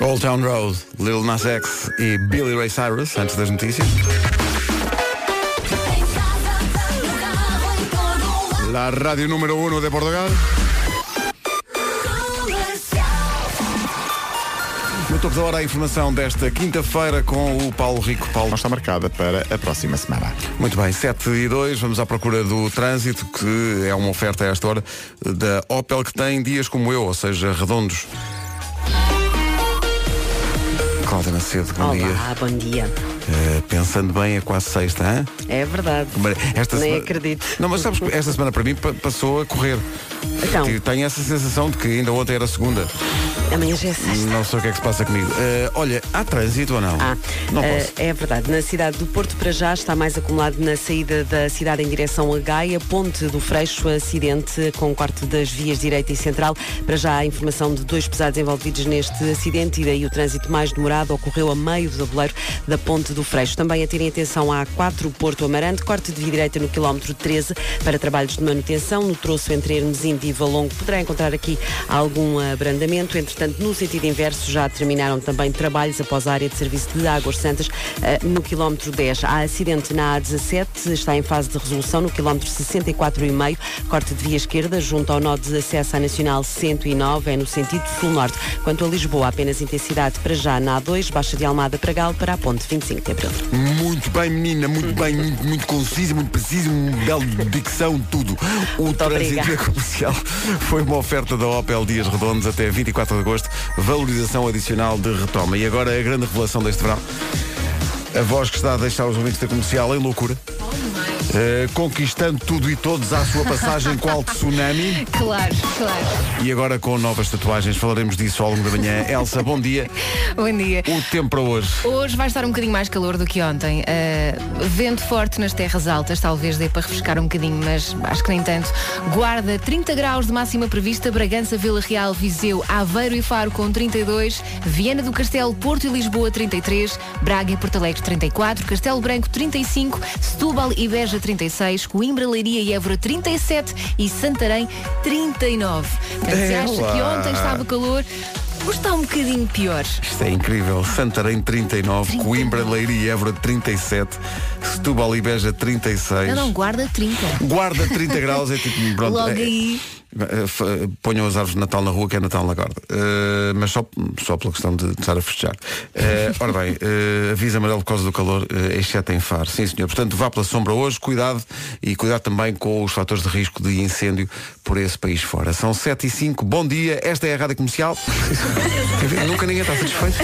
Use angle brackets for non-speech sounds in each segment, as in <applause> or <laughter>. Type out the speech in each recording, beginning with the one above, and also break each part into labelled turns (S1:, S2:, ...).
S1: Old Town Road, Lil Nas X e Billy Ray Cyrus, antes das notícias. La rádio número 1 de Portugal. No topo da hora a informação desta quinta-feira com o Paulo Rico. Paulo.
S2: Não está marcada para a próxima semana.
S1: Muito bem, 7 e 2, vamos à procura do trânsito, que é uma oferta a esta hora da Opel, que tem dias como eu, ou seja, redondos. Cláudia Macedo, bom dia.
S3: Olá, bom dia.
S1: Eh, pensando bem, é quase sexta, hã?
S3: É verdade.
S1: Mas esta
S3: Nem
S1: sema-
S3: acredito.
S1: Não, mas sabes que esta semana para mim pa- passou a correr.
S3: Então.
S1: Eu Tenho essa sensação de que ainda ontem era segunda.
S3: Amanhã já é sexta.
S1: Não sei o que é que se passa comigo. Eh, olha, há trânsito ou não?
S3: Ah,
S1: não
S3: eh,
S1: posso.
S3: é verdade. Na cidade do Porto, para já, está mais acumulado na saída da cidade em direção a Gaia, ponte do Freixo, acidente com corte das vias direita e central. Para já, há informação de dois pesados envolvidos neste acidente e daí o trânsito mais demorado ocorreu a meio do tabuleiro da ponte do Freixo. Também a terem atenção à 4 Porto Amarante, corte de via direita no quilómetro 13 para trabalhos de manutenção. No troço entre Hermes Inde e Valongo poderá encontrar aqui algum abrandamento. Entretanto, no sentido inverso, já terminaram também trabalhos após a área de serviço de Águas Santas eh, no quilómetro 10. Há acidente na A17, está em fase de resolução no quilómetro 64,5, corte de via esquerda, junto ao nó de acesso à Nacional 109, é no sentido sul-norte. Quanto a Lisboa, apenas intensidade para já na A2, Baixa de Almada para Gal, para a ponte 25 de Abril.
S1: Muito bem, menina,
S3: Hum.
S1: muito bem, muito, muito conciso, muito preciso, um belo dicção, tudo. O trânsito
S3: obrigada.
S1: na comercial foi uma oferta da Opel Dias Redondos até 24 de agosto, valorização adicional de retoma. E agora a grande revelação deste verão. A voz que está a deixar os ouvintes da comercial em loucura. Eh, conquistando tudo e todos à sua passagem com alto tsunami
S4: Claro, claro.
S1: e agora com novas tatuagens falaremos disso ao longo da <laughs> manhã. Elsa, bom dia.
S4: Bom dia.
S1: O tempo para hoje.
S4: Hoje vai estar um bocadinho mais calor do que ontem. Ah, vento forte nas terras altas, talvez dê para refrescar um bocadinho, mas acho que nem tanto. Guarda 30 graus de máxima prevista, Bragança, Vila Real, Viseu, Aveiro e Faro com 32, Viana do Castelo, Porto e Lisboa 33, Braga e Porto Alegre 34, Castelo Branco 35, Setúbal e Beja 36, Coimbra, Leiria e Évora 37 e Santarém 39. Portanto, se acha que
S1: Ela.
S4: ontem estava calor, hoje está um bocadinho pior.
S1: Isto é incrível. Santarém 39, Coimbra, Leiria e Évora 37, Setúbal e Beja 36.
S4: Não, não, Então, guarda 30.
S1: Guarda 30 graus é tipo pronto,
S4: Logo
S1: é-
S4: aí.
S1: é, f- Ponham as árvores de Natal na rua que é Natal na guarda Eh, Mas só, só pela questão de estar a festejar Eh, Ora bem, eh, aviso amarelo por causa do calor eh, Exceto em Faro Sim senhor, portanto vá pela sombra hoje Cuidado e cuidado também com os fatores de risco de incêndio Por esse país fora São 7 e 5, bom dia Esta é a Rádio Comercial Quer ver, Nunca ninguém está satisfeito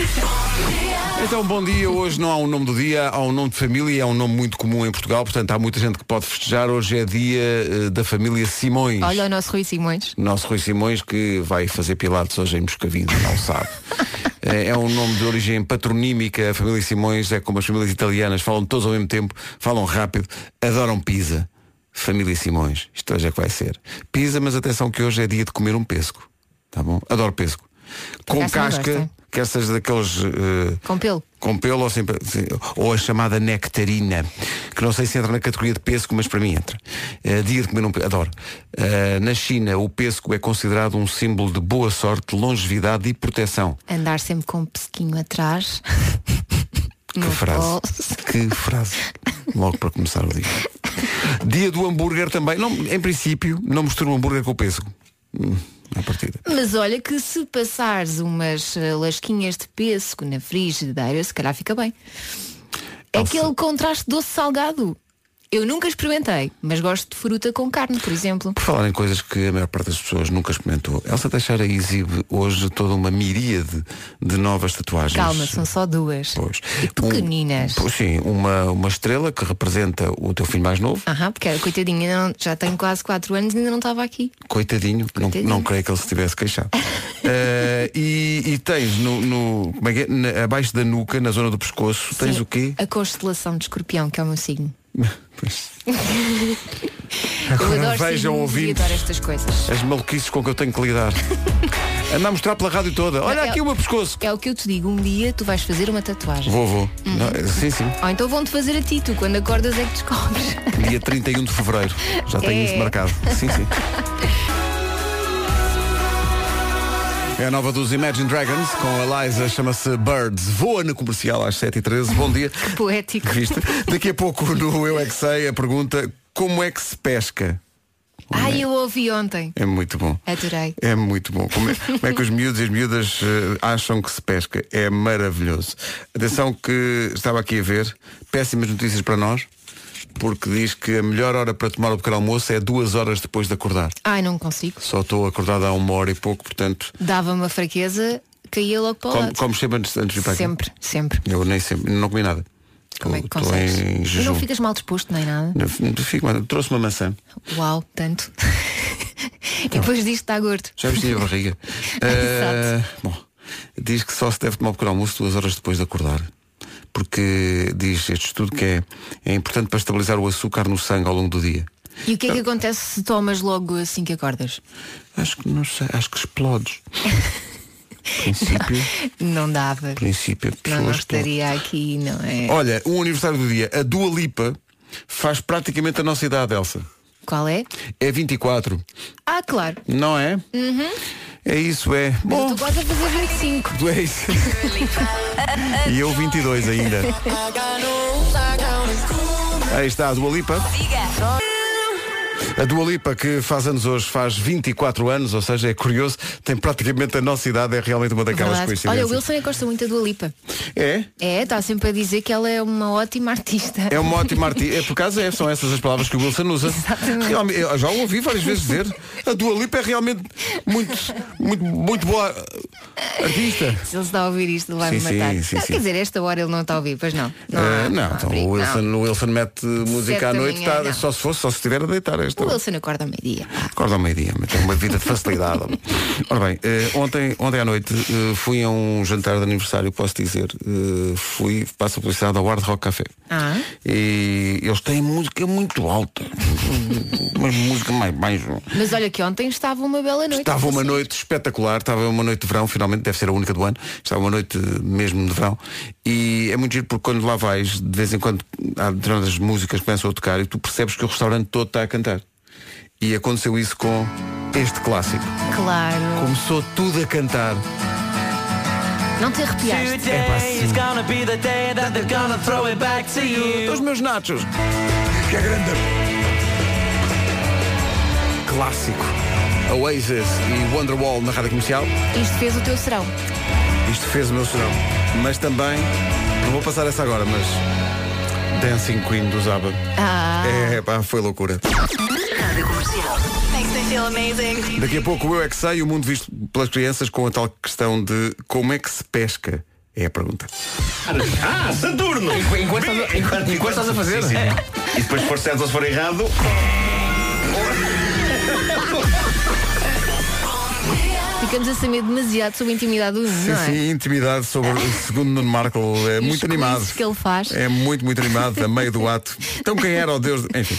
S1: então, bom dia. Hoje não há um nome do dia, há um nome de família, é um nome muito comum em Portugal, portanto há muita gente que pode festejar. Hoje é dia eh, da família Simões.
S4: Olha o nosso Rui Simões.
S1: Nosso Rui Simões que vai fazer pilates hoje em Moscavide, não
S4: <laughs>
S1: sabe. Eh, É um nome de origem patronímica. A família Simões é como as famílias italianas, falam todos ao mesmo tempo, falam rápido, adoram pizza. Família Simões, isto hoje é que vai ser. Pizza, mas atenção que hoje é dia de comer um pesco. Tá bom? Adoro pesco. Com
S4: acaso não
S1: casca,
S4: gosto.
S1: quer seja daqueles. eh,
S4: Com pelo.
S1: com pelo ou sem pelo, sim, ou a chamada nectarina, que não sei se entra na categoria de pesco, mas para mim entra. Eh, dia de comer um pe- adoro. Eh, na China, o pesco é considerado um símbolo de boa sorte, longevidade e proteção.
S4: Andar sempre com um pesquinho atrás.
S1: Que frase. Que frase. Logo para começar o dia. Dia do hambúrguer também. Não, em princípio, não misturo o hambúrguer com o pesco. Hum, à partida.
S4: Mas olha que se passares umas eh, lasquinhas de pêssego na frigideira, se calhar fica bem. É
S1: Elsa.
S4: aquele contraste doce-salgado. Eu nunca experimentei, mas gosto de fruta com carne, por exemplo.
S1: Por falar em coisas que a maior parte das pessoas nunca experimentou, Elsa Teixeira exibe hoje toda uma miríade de novas tatuagens.
S4: Calma, são só duas.
S1: Pois.
S4: E pequeninas.
S1: Um- pois sim, uma, uma estrela que representa o teu filho mais novo.
S4: Aham, porque coitadinha, ainda não- já tenho quase 4 anos e ainda não estava aqui.
S1: Coitadinho, não-
S4: Coitadinho.
S1: Não, creio que ele se tivesse queixado.
S4: <laughs>
S1: Eh, e, e tens no, no- como é que é? Na- abaixo da nuca, na zona do pescoço, tens
S4: Sim,
S1: o
S4: <laughs>
S1: quê?
S4: A constelação de escorpião, que é o meu signo.
S1: Pois.
S4: Eu
S1: Agora
S4: adoro
S1: vejam
S4: signos e
S1: ouvintes
S4: adoro estas coisas.
S1: as maluquices com que eu tenho que
S4: <laughs>
S1: lidar. Anda a mostrar pela rádio toda. Olha
S4: É-
S1: aqui o meu pescoço.
S4: É o que eu te digo, um dia tu vais fazer uma tatuagem.
S1: Vou, vou.
S4: Uhum.
S1: Não, sim, sim.
S4: Ou então vão-te fazer a ti, tu quando acordas é que descobres. <laughs>
S1: Dia 31 de Fevereiro. Já tenho
S4: É.
S1: isso marcado. Sim, sim. É a nova dos Imagine Dragons, com a Liza, chama-se Birds. Voa no comercial às 7h13. Bom dia.
S4: É Poético.
S1: Viste? Daqui a pouco no Eu É Que Sei a pergunta como é que se pesca?
S4: Ai, eu ouvi ontem.
S1: É muito bom.
S4: Adorei.
S1: É muito bom. Como é, como é que os miúdos e as miúdas eh, acham que se pesca? É maravilhoso. Atenção que estava aqui a ver, péssimas notícias para nós, porque diz que a melhor hora para tomar o pequeno almoço é duas horas depois de acordar.
S4: Ai, não consigo.
S1: Só estou acordado há uma hora e pouco, portanto,
S4: Dava-me a fraqueza, caía logo para o
S1: como,
S4: lado.
S1: como sempre antes, antes de ir para aqui.
S4: Sempre, sempre.
S1: Eu nem sempre, não comi nada.
S4: Como é que
S1: Estou-
S4: consegues?
S1: estou em
S4: E
S1: jejum.
S4: não ficas mal disposto nem nada.
S1: Não, fico, mas trouxe uma maçã.
S4: Uau, tanto. <laughs> e depois disto está gordo.
S1: Já vesti a
S4: <laughs>
S1: barriga. Eh, bom, diz que só se deve tomar o pequeno almoço duas horas depois de acordar. Porque diz este estudo que é, é importante para estabilizar o açúcar no sangue ao longo do dia.
S4: E o que é que acontece se tomas logo assim que acordas?
S1: Acho que não sei, acho que
S4: <laughs>
S1: explodes. princípio,
S4: Não dava.
S1: princípio, a pessoa
S4: Não, não
S1: explode.
S4: estaria aqui, não é?
S1: Olha, um aniversário do dia. A Dua Lipa faz praticamente a nossa idade, Elsa.
S4: Qual é?
S1: É 24,
S4: Ah, claro.
S1: não é?
S4: Uhum.
S1: É isso, é.
S4: Mas
S1: Bom,
S4: tu quase a fazer 25.
S1: tu és.
S4: <laughs>
S1: e eu 22 ainda. Aí está a Dua Lipa. A Dua Lipa, que faz anos hoje, faz 24 anos, ou seja, é curioso, tem praticamente a nossa idade, é realmente uma daquelas
S4: Verdade. Olha,
S1: coincidências.
S4: o Wilson é que gosta muito da Dua Lipa.
S1: É?
S4: É, está sempre a dizer que ela é uma ótima artista.
S1: É uma ótima artista. É, por acaso é, são essas as palavras que o Wilson usa.
S4: Exatamente.
S1: Realme- eu já o ouvi várias vezes dizer. A Dua Lipa é realmente muito, muito, muito boa artista.
S4: Se ele está a ouvir isto, ele vai me
S1: Sim, sim,
S4: matar.
S1: sim,
S4: Não,
S1: sim.
S4: Quer dizer, esta hora ele não está a ouvir, pois não. Ah, Não, há-
S1: Eh, não,
S4: há
S1: então
S4: perigo,
S1: o, Wilson, o Wilson mete música à
S4: da
S1: noite,
S4: manhã,
S1: tá-
S4: não.
S1: só se fosse, só se estiver a deitar esta.
S4: O Wilson acorda ao meio-dia.
S1: Acorda ao meio-dia, mas tem uma vida de facilidade. Ora bem, eh, ontem, ontem à noite eh, fui a um jantar de aniversário, posso dizer, eh, fui para a publicidade ao Hard Rock Café.
S4: Ah.
S1: E eles têm música muito alta, <laughs> mas música mais baixo.
S4: Mas olha que ontem estava uma bela noite.
S1: Estava uma noite espetacular, estava uma noite de verão, finalmente, deve ser a única do ano, estava uma noite mesmo de verão. E é muito giro porque quando lá vais, de vez em quando, há determinadas músicas que começam a tocar e tu percebes que o restaurante todo está a cantar. E aconteceu isso com este clássico.
S4: Claro.
S1: Começou tudo a cantar.
S4: Não te arrepiaste.
S5: Today's gonna be the day that they're gonna throw it back to you.
S1: Os meus nachos. Que é grande. Clássico. Oasis e Wonderwall na rádio comercial.
S4: Isto fez o teu serão.
S1: Isto fez o meu serão. Mas também, não vou passar essa agora, mas Dancing Queen do Zaba.
S4: Ah.
S1: É, pá, foi loucura.
S6: Makes me feel amazing.
S1: Daqui a pouco o eu é que sei, o mundo visto pelas crianças com a tal questão de como é que se pesca. É a pergunta.
S7: Ah, Saturno!
S8: Enquanto estás a, enquanto, enquanto estás a fazer. é.
S7: E depois se for certo ou se for errado.
S4: Ficamos a saber demasiado sobre a intimidade do mundo,
S1: Sim,
S4: não é?
S1: sim, intimidade sobre o segundo Nuno Marco é
S4: E os
S1: muito animado.
S4: quizzes que ele faz.
S1: É muito, muito animado, a meio do ato. Então quem era, oh Deus. Enfim.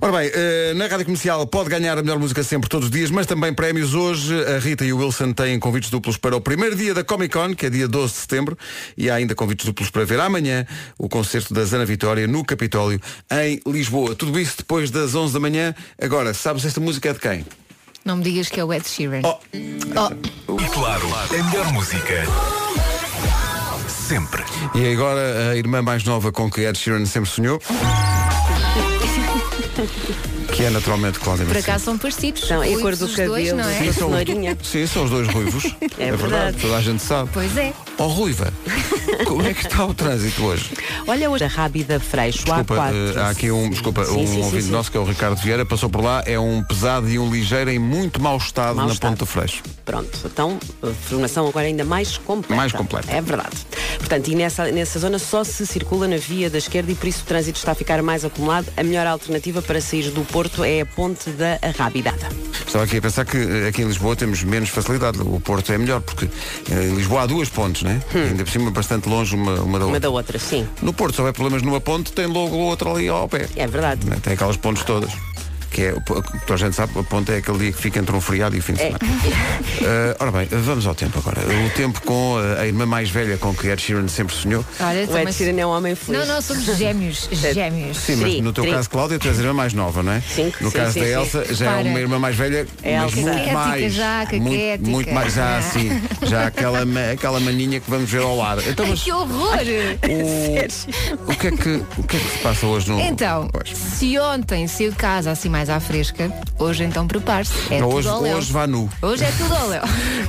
S1: Ora bem, eh, na Rádio Comercial pode ganhar a melhor música sempre, todos os dias, mas também prémios. Hoje a Rita e o Wilson têm convites duplos para o primeiro dia da Comic Con, que é dia 12 de setembro, e há ainda convites duplos para ver amanhã o concerto da Zana Vitória no Capitólio, em Lisboa. Tudo isso depois das 11 da manhã. Agora, sabes esta música é de quem?
S4: Não me digas que é o Ed Sheeran.
S1: Oh,
S4: Oh,
S8: E claro, a melhor música. Sempre.
S1: E agora a irmã mais nova com que Ed Sheeran sempre sonhou. que é naturalmente Cláudia
S4: por
S1: Mercedes.
S4: acaso são parecidos.
S3: Não, é a cor
S4: Ruivos
S3: do
S4: os
S3: cabelo.
S4: dois, não é?
S3: Sim. Lourinha.
S1: Sim, são os dois ruivos.
S3: <laughs> É verdade.
S1: Toda a gente sabe.
S4: Pois é.
S1: Ó Ruiva, como é que está o trânsito hoje?
S3: Olha hoje a Rábida Freixo,
S1: Desculpa,
S3: A4.
S1: eh, há aqui um, desculpa,
S3: Sim,
S1: um
S3: sim, sim,
S1: ouvinte
S3: sim.
S1: nosso que é o Ricardo Vieira, passou por lá, é um pesado e um ligeiro em muito mau estado
S3: Mau
S1: na
S3: estado.
S1: Ponta Freixo.
S3: Pronto, então, a formação agora é ainda mais completa.
S1: Mais completa.
S3: É verdade. Portanto, e nessa, nessa zona só se circula na via da esquerda e por isso o trânsito está a ficar mais acumulado. A melhor alternativa para sair do Porto é a ponte da Arrabidada.
S1: Estava aqui a pensar que eh, aqui em Lisboa temos menos facilidade. O Porto é melhor, porque eh, em Lisboa há duas pontes, né? Ainda por cima bastante longe uma, uma da outra.
S3: Hum. Uma da outra, sim.
S1: No Porto, se houver problemas numa ponte, Né, tem logo outra ali ao pé.
S3: É verdade.
S1: Tem aquelas pontes todas. que é, toda a gente sabe, a ponta é aquele dia que fica entre um feriado e o fim de
S4: É.
S1: semana. Eh, ora bem, vamos ao tempo agora. O tempo com eh, a irmã mais velha com que Ed Sheeran sempre sonhou.
S4: Olha,
S3: O Ed
S4: mas-
S3: Sheeran é um homem feliz.
S4: Não, não, somos gêmeos. Gêmeos.
S1: É. Sim, mas
S3: Tri,
S1: no teu
S3: tri.
S1: caso, Cláudia, tu és a irmã mais nova, não é?
S3: Sim,
S1: No
S3: sim,
S1: caso
S3: sim,
S1: da
S3: sim.
S1: Elsa, já
S4: Para.
S1: é uma irmã mais velha, mas
S3: Elsa.
S1: muito
S4: Caquética
S1: mais.
S4: já,
S1: muito,
S4: caquética.
S1: muito mais, já assim. Já aquela, ma- aquela maninha que vamos ver ao lar. Então,
S4: Ai,
S1: mas
S4: que horror!
S1: o, o que é que, o que é que se passa hoje no.
S4: Então,
S1: Pois.
S4: se ontem saiu de casa assim mais à fresca, hoje então prepare-se. É
S1: Não,
S4: tudo
S1: hoje,
S4: ao léu.
S1: hoje vá nu.
S4: Hoje é tudo ao léu.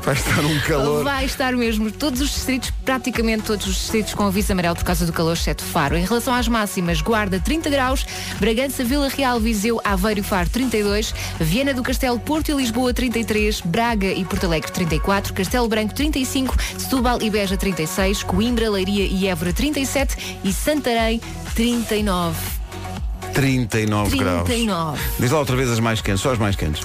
S1: Vai estar um <laughs> calor.
S4: Vai estar mesmo todos os distritos, praticamente todos os distritos com aviso amarelo por causa do calor, exceto Faro. Em relação às máximas, Guarda 30 graus, Bragança, Vila Real, Viseu, Aveiro e Faro 32, Viana do Castelo, Porto e Lisboa 33, Braga e Porto Alegre 34, Castelo Branco 35, Setúbal e Beja 36, Coimbra, Leiria e Évora 37 e Santarém 39.
S1: 39, graus.
S4: 39.
S1: Diz lá outra vez as mais quentes, só as mais quentes.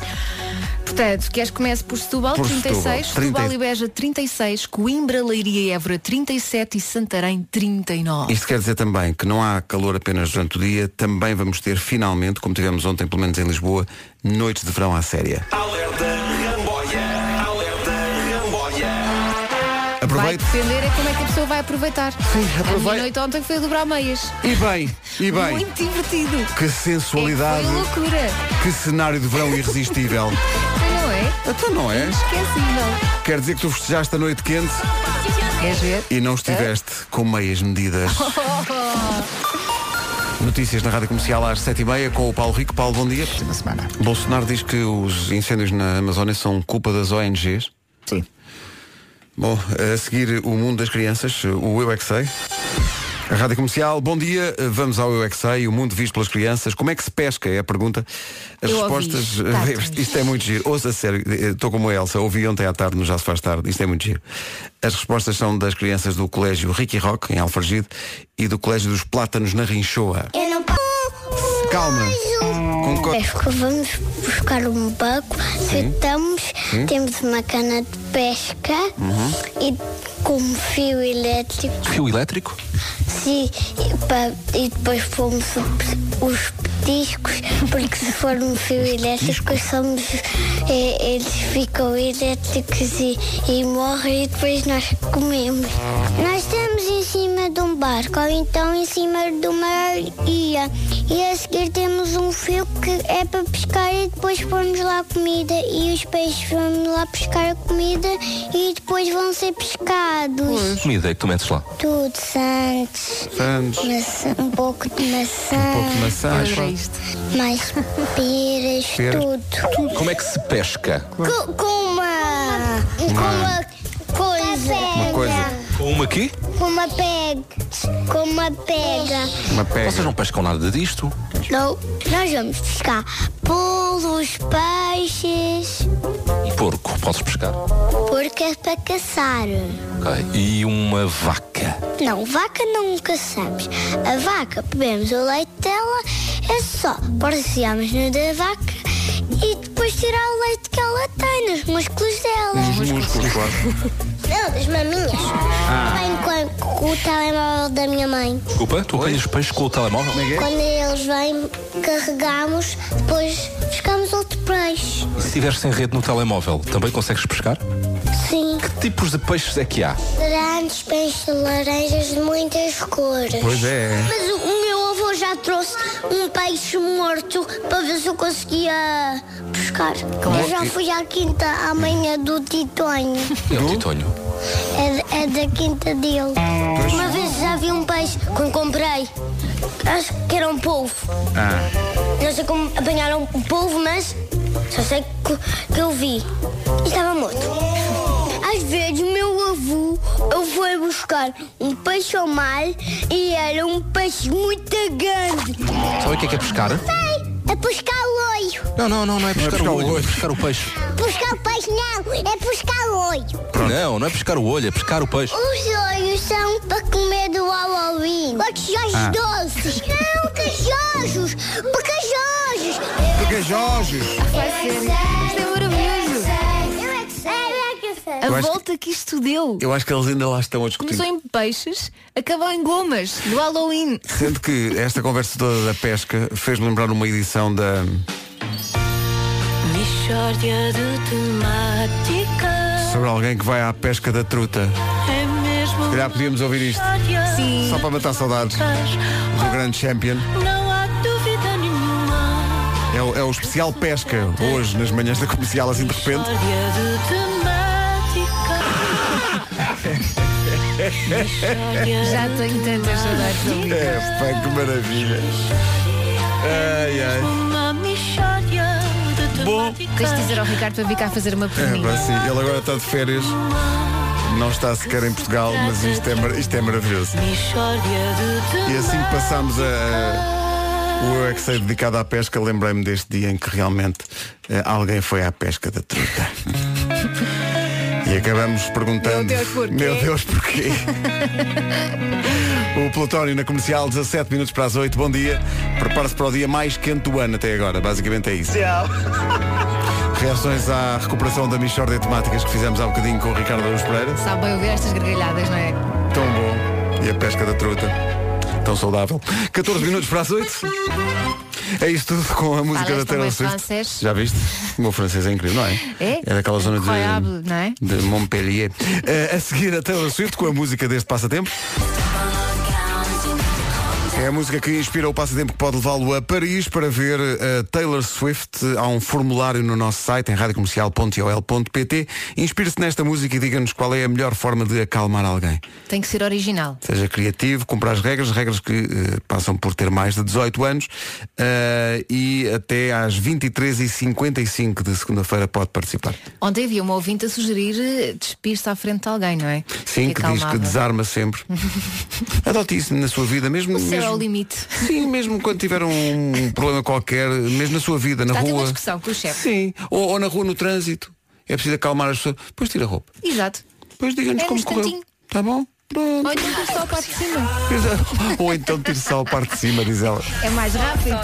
S4: Portanto, queres que comece por Setúbal,
S1: Por
S4: 36,
S1: Setúbal,
S4: Setúbal e Beja, 36, Coimbra, Leiria e Évora, 37 e Santarém, 39.
S1: Isto quer dizer também que não há calor apenas durante o dia, também vamos ter finalmente, como tivemos ontem, pelo menos em Lisboa, noites de verão à séria.
S8: Alerta Ramboia. Alerta Ramboia.
S4: Vai
S1: Aproveite.
S4: depender é como é que a pessoa vai aproveitar. A
S1: aproveita.
S4: minha noite ontem foi dobrar meias.
S1: E bem, e bem.
S4: Muito divertido.
S1: Que
S4: É que
S1: sensualidade,
S4: foi loucura.
S1: que cenário de verão
S4: <laughs>
S1: irresistível.
S4: Mas Não é?
S1: Então não é?
S4: Esquecível.
S1: Quer dizer que tu festejaste a noite quente
S4: Queres ver?
S1: e não
S4: É?
S1: estiveste com meias
S4: <laughs>
S1: medidas.
S4: Ah.
S1: Notícias na Rádio Comercial às 7h30 com o Paulo Rico. Paulo, bom dia.
S2: Próxima semana.
S1: Bolsonaro diz que os incêndios na Amazónia são culpa das ONGs.
S2: Sim.
S1: Bom, a seguir o mundo das crianças, o Eu é que Sei. A Rádio Comercial, bom dia, vamos ao Eu é que Sei, o mundo visto pelas crianças. Como é que se pesca? É a pergunta. As
S4: Eu ouvi
S1: respostas.
S4: isto, tá,
S1: isto, isto é muito giro. Ouça sério, eh, estou como a Elsa, ouvi ontem à tarde, no Já Se Faz Tarde, isto é muito giro. As respostas são das crianças do Colégio Ricky Rock, em Alfargide, e do Colégio dos Plátanos, na Rinchoa. um
S6: Eu não posso.
S1: Calma. Concordo.
S6: Pesca, vamos buscar um banco, sentamos, temos uma cana de pesca e com um fio elétrico.
S8: Fio elétrico?
S6: Sim, e, pa- e depois pomos o- os petiscos, porque se for um fio elétrico, somos, eh, eles ficam elétricos e, e morrem e depois nós comemos. Nós estamos em cima de um barco ou então em cima de uma ilha e a seguir temos um fio que é para pescar e depois pomos lá comida e os peixes vão lá pescar a comida e depois vão ser pescados.
S8: Comida é que tu metes lá.
S6: Tudo Santos.
S1: Santos,
S6: Maçã, um pouco de maçã,
S1: um
S8: Um
S1: pouco de maçã.
S4: Adorei isto.
S6: mais peras,
S1: Peras.
S6: tudo.
S8: Como é que se pesca?
S6: Com, uma, com uma coisa.
S1: Uma coisa.
S8: Com uma aqui?
S6: Com uma pega. Com uma pega.
S1: Uma pega.
S8: Vocês não pescam nada disto?
S6: Não. Nós vamos pescar pulos, peixes,
S8: E porco, podes pescar.
S6: porque é para caçar.
S8: Ok. Ah, E um- uma vaca.
S6: Não, vaca não caçamos. A vaca, bebemos o leite dela, é só parciamos no da vaca e depois tirar o leite que ela tem, nos músculos dela.
S1: Os músculos, claro.
S6: <laughs>
S1: Ah.
S6: Não, das maminhas. Vem com, com o telemóvel da minha mãe.
S8: Desculpa, tu apanhas peixe com o telemóvel?
S6: Quando eles vêm, carregamos, depois pescamos outro peixe.
S8: E se estiveres sem rede no telemóvel, também consegues pescar?
S6: Sim,
S8: Que tipos de peixes é que há?
S6: grandes peixes de laranjas de muitas cores.
S1: Pois é.
S6: Mas o, o meu avô já trouxe um peixe morto para ver se eu conseguia pescar. Eu
S1: é
S6: já fui à quinta amanhã do Titonho.
S8: É o titonho.
S6: É, é da quinta dele. Uma vez já vi um peixe quando comprei. Acho que era um polvo. Não sei como apanharam o polvo, mas só sei que, que eu vi. E estava morto. Às vezes meu avô eu fui buscar um peixe ao mar e era um peixe muito grande.
S8: Sabe o que é que é pescar?
S6: Sei, é pescar loio.
S8: Não, não, não, não é pescar,
S1: pescar
S8: o
S1: o
S8: olho,
S1: olho.
S8: é pescar o peixe.
S6: Pescar peixe não, é pescar loio.
S8: Não, não é pescar o olho, é pescar o peixe.
S6: Os olhos são para comer do Halloween. Queijos doces. Não, queijos. Queijos.
S1: Pegajojos.
S6: Isto
S4: Isto é maravilhoso.
S6: Eu é que sei. Eu é que sei.
S4: A
S1: acho que-
S4: volta que isto deu.
S1: Eu acho que eles ainda lá estão a discutir.
S4: Começou em peixes, acabou em gomas, do Halloween.
S1: Sendo que esta conversa toda da pesca fez-me lembrar uma edição da.
S9: Michórdia de temáticas
S1: Sobre alguém que vai à pesca da truta.
S9: É mesmo
S1: Se calhar podíamos ouvir isto.
S9: Michórdia
S4: Sim.
S1: Só para matar saudades do grande champion.
S9: Não há dúvida nenhuma
S1: É o, é o especial pesca hoje, nas manhãs da comercial, assim de repente.
S9: Michórdia de temáticas Michórdia
S4: Já tenho tantas saudades dali.
S1: É, pá, que maravilha. Ai, ai.
S9: Uma Michórdia de
S1: Bom.
S4: Tens de
S9: temáticas
S4: dizer ao Ricardo para vir cá fazer uma por
S1: É,
S4: mim.
S1: pá, sim. Ele agora está de férias. Não está sequer em Portugal, mas isto é, mar- isto é maravilhoso.
S9: Michórdia de
S1: E
S9: temáticas
S1: assim que passámos a, a- o Eu é que sei dedicado à pesca, lembrei-me deste dia em que realmente eh, alguém foi à pesca da truta. E acabamos perguntando.
S4: Meu Deus, porquê?
S1: Meu Deus, porquê? o Plutónio na comercial, 17 minutos para as 8. Bom dia. Prepare-se para o dia mais quente do ano até agora. Basicamente é isso. Reações à recuperação da Michordia de Temáticas que fizemos há bocadinho com o Ricardo Aruz Pereira.
S4: Sabe bem ouvir estas gargalhadas, não é?
S1: Tão bom. E a pesca da truta. Tão saudável. 14 minutos para as 8. É isto tudo com a música da
S4: Falas
S1: Taylor
S4: também
S1: Swift.
S4: francês?
S1: Já viste? O meu francês é incrível, não é?
S4: É?
S1: daquela zona
S4: Incroyable,
S1: de,
S4: não é?
S1: de Montpellier. Eh, a seguir a Taylor Swift com a música deste passatempo. É a música que inspira o passatempo que pode levá-lo a Paris para ver a Taylor Swift. Há um formulário no nosso site em radiocomercial.ol.pt. Inspire-se nesta música e diga-nos qual é a melhor forma de acalmar alguém.
S4: Tem que ser original.
S1: Seja criativo, cumpra as regras, regras que eh, passam por ter mais de 18 anos eh, e até às 23h55 de segunda-feira pode participar.
S4: Ontem havia uma ouvinte a sugerir eh, despir-se à frente de alguém, não é?
S1: Sim, que diz que
S4: acalmava.
S1: desarma
S4: <laughs>
S1: sempre. Adote isso na sua vida, mesmo.
S4: O céu é o
S1: mesmo
S4: limite.
S1: sim, mesmo quando tiver um problema qualquer, mesmo na sua vida, na
S4: Está a ter uma
S1: rua.
S4: discussão com o chefe.
S1: Sim, ou, ou na rua, no trânsito. É preciso acalmar as pessoas. Depois tira a roupa.
S4: Exato.
S1: Depois diga-nos
S4: É um
S1: como correu.
S4: instantinho.
S1: Está bom? Pronto.
S4: Ou então tu só a parte de cima.
S1: Ou então tire só a parte de cima, diz ela.
S4: É mais rápido.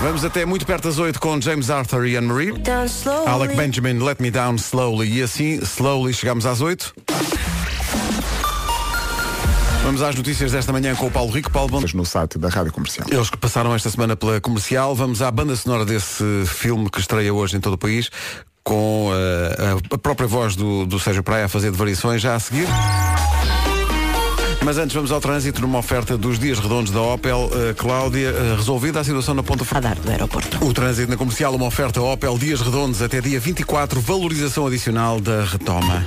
S1: Vamos até muito perto das 8 com James Arthur e Anne-Marie. Alec Benjamin, Let Me Down Slowly. E assim, slowly, chegamos às 8. Vamos às notícias desta manhã com o Paulo Rico. Paulo, bom...
S2: Mas no site da Rádio Comercial.
S1: Eles que passaram esta semana pela comercial. Vamos à banda sonora desse filme que estreia hoje em todo o país, com eh, a, a própria voz do, do Sérgio Praia a fazer de variações já a seguir. Mas antes vamos ao trânsito numa oferta dos dias redondos da Opel. Eh, Cláudia, eh, resolvida a situação na ponta
S3: Radar do aeroporto.
S1: o trânsito na comercial, uma oferta Opel Dias Redondos até dia 24, valorização adicional da retoma.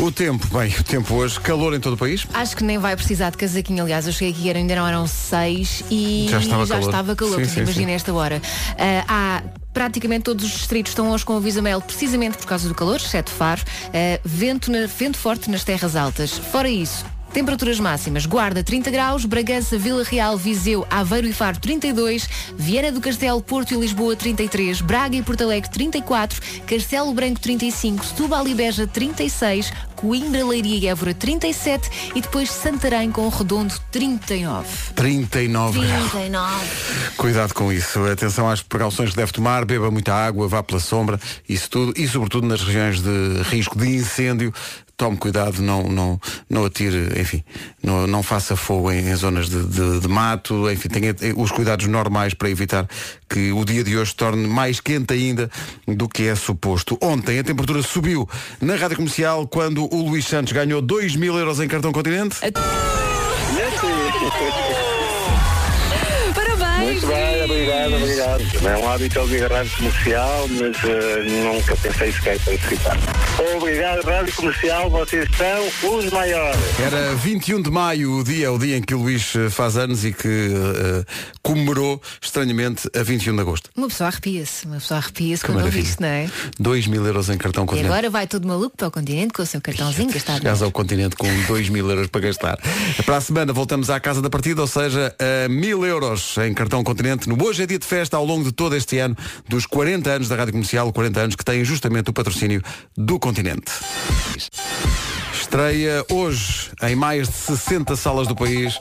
S1: O tempo, bem, o tempo hoje, calor em todo o país.
S4: Acho que nem vai precisar de casaquinho. Aliás, eu cheguei aqui, era- ainda não eram seis e
S1: Já estava calor.
S4: estava calor.
S1: Sim,
S4: Portanto,
S1: sim,
S4: imagina
S1: sim.
S4: esta hora. Ah, há praticamente todos os distritos estão hoje com aviso amarelo, precisamente por causa do calor, exceto Faro. Ah, vento, na- vento forte nas terras altas. Fora isso. Temperaturas máximas, Guarda 30 graus, Bragança, Vila Real, Viseu, Aveiro e Faro 32, Vieira do Castelo, Porto e Lisboa 33, Braga e Porto Alegre 34, Castelo Branco 35, Setúbal e Beja 36, Coimbra, Leiria e Évora 37 e depois Santarém com Redondo 39.
S1: 39 graus.
S4: 39.
S1: Cuidado com isso. Atenção às precauções que deve tomar. Beba muita água, vá pela sombra, isso tudo. E sobretudo nas regiões de risco de incêndio. Tome cuidado, não, não, não atire, enfim, não, não faça fogo em, em zonas de, de- de mato. Enfim, tenha eh, os cuidados normais para evitar que o dia de hoje se torne mais quente ainda do que é suposto. Ontem a temperatura subiu na rádio comercial quando o Luís Santos ganhou 2 mil euros em cartão continente.
S4: Parabéns!
S10: Bem, obrigado, obrigado. É um hábito ouvir a rádio comercial, mas eh, nunca pensei sequer em participar. Obrigado, rádio comercial, vocês são os maiores.
S1: Era 21 de maio o dia, o dia em que o Luís eh, faz anos e que eh, comemorou, estranhamente, a 21 de agosto.
S4: Uma pessoa arrepia-se, uma pessoa arrepia-se quando ouve isto, não é?
S1: 2 mil euros em cartão
S4: E
S1: continente.
S4: agora vai todo maluco para o continente com o seu cartãozinho gastado.
S1: Chegares ao é continente com 2 mil euros para gastar. Para a semana voltamos à casa da partida, ou seja, a mil euros em cartão continente no Hoje é Dia de Festa ao longo de todo este ano dos 40 anos da Rádio Comercial, 40 anos que têm justamente o patrocínio do continente. Estreia hoje em mais de 60 salas do país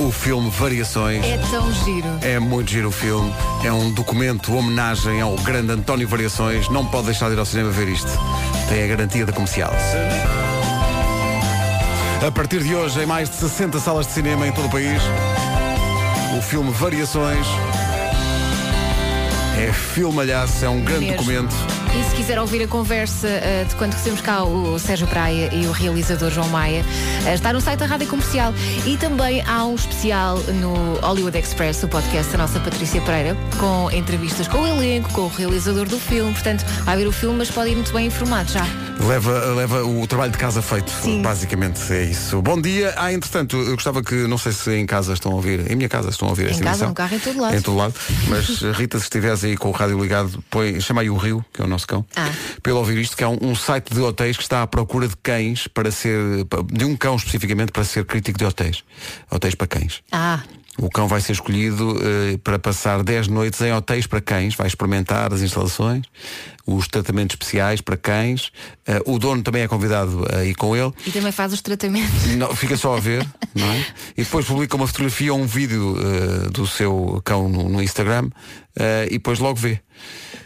S1: o filme Variações.
S4: É tão giro.
S1: É muito giro o filme. É um documento, homenagem ao grande António Variações. Não pode deixar de ir ao cinema ver isto. Tem a garantia da comercial. A partir de hoje, em mais de 60 salas de cinema em todo o país, o filme Variações. É filmalhaço, é um grande
S4: Mesmo.
S1: documento.
S4: E se quiser ouvir a conversa eh, de quando recebemos cá o Sérgio Praia e o realizador João Maia, eh, está no site da Rádio Comercial. E também há um especial no Hollywood Express, o podcast da nossa Patrícia Pereira, com entrevistas com o elenco, com o realizador do filme. Portanto, vai ver o filme, mas pode ir muito bem informado já.
S1: Leva, leva o trabalho de casa feito, basicamente é isso. Bom dia. Ah, entretanto, eu gostava que, não sei se em casa estão a ouvir, em minha casa estão a ouvir esta
S4: em casa,
S1: emissão.
S4: no carro, em todo lado.
S1: Em todo lado. Mas Rita, se estiveres aí com o rádio ligado, põe, chama aí o Rio, que é o nosso cão,
S4: Ah.
S1: pelo ouvir isto, que é um, um site de hotéis que está à procura de cães para ser, de um cão especificamente para ser crítico de hotéis. Hotéis para cães.
S4: Ah,
S1: O cão vai ser escolhido eh, para passar 10 noites em hotéis para cães, vai experimentar as instalações, os tratamentos especiais para cães. Eh, o dono também é convidado a ir com ele.
S4: e também faz os tratamentos.
S1: Não, fica só a
S4: <laughs>
S1: ver, não é? E depois publica uma fotografia ou um vídeo eh, do seu cão no, no Instagram eh, e depois logo vê.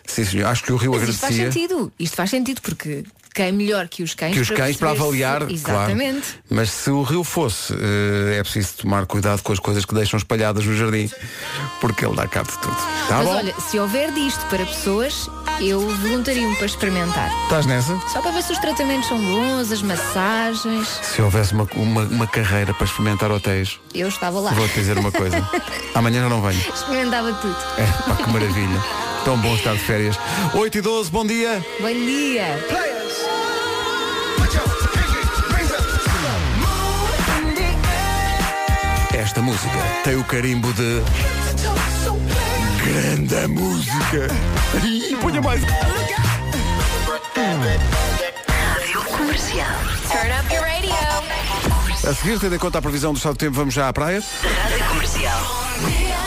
S1: Sim, senhor. Acho que o Rio
S4: Mas isto faz
S1: agradecia
S4: sentido. Isto faz sentido porque quem é melhor que os cães
S1: que os cães para
S4: perceber se-
S1: avaliar,
S4: Exatamente.
S1: claro. Mas se o rio fosse, eh, é preciso tomar cuidado com as coisas que deixam espalhadas no jardim, porque ele dá cabo de tudo. Tá
S4: Mas
S1: bom?
S4: olha, se houver disto para pessoas, eu voluntario-me para experimentar.
S1: Estás nessa?
S4: Só para ver se os tratamentos são bons, as massagens.
S1: Se houvesse uma, uma, uma carreira para experimentar hotéis,
S4: Eu estava lá.
S1: vou-te dizer uma <laughs> coisa. Amanhã já não venho.
S4: <laughs> Experimentava tudo.
S1: É, pá, que maravilha. Tão bom estar de férias. 8 e 12, bom dia.
S4: <laughs> Bom dia.
S1: Esta música tem o carimbo de. Grande música! E ponha mais.
S11: Comercial. Turn up your radio.
S1: A seguir, tendo em conta a previsão do estado do tempo, vamos já à praia?
S11: Rádio Comercial.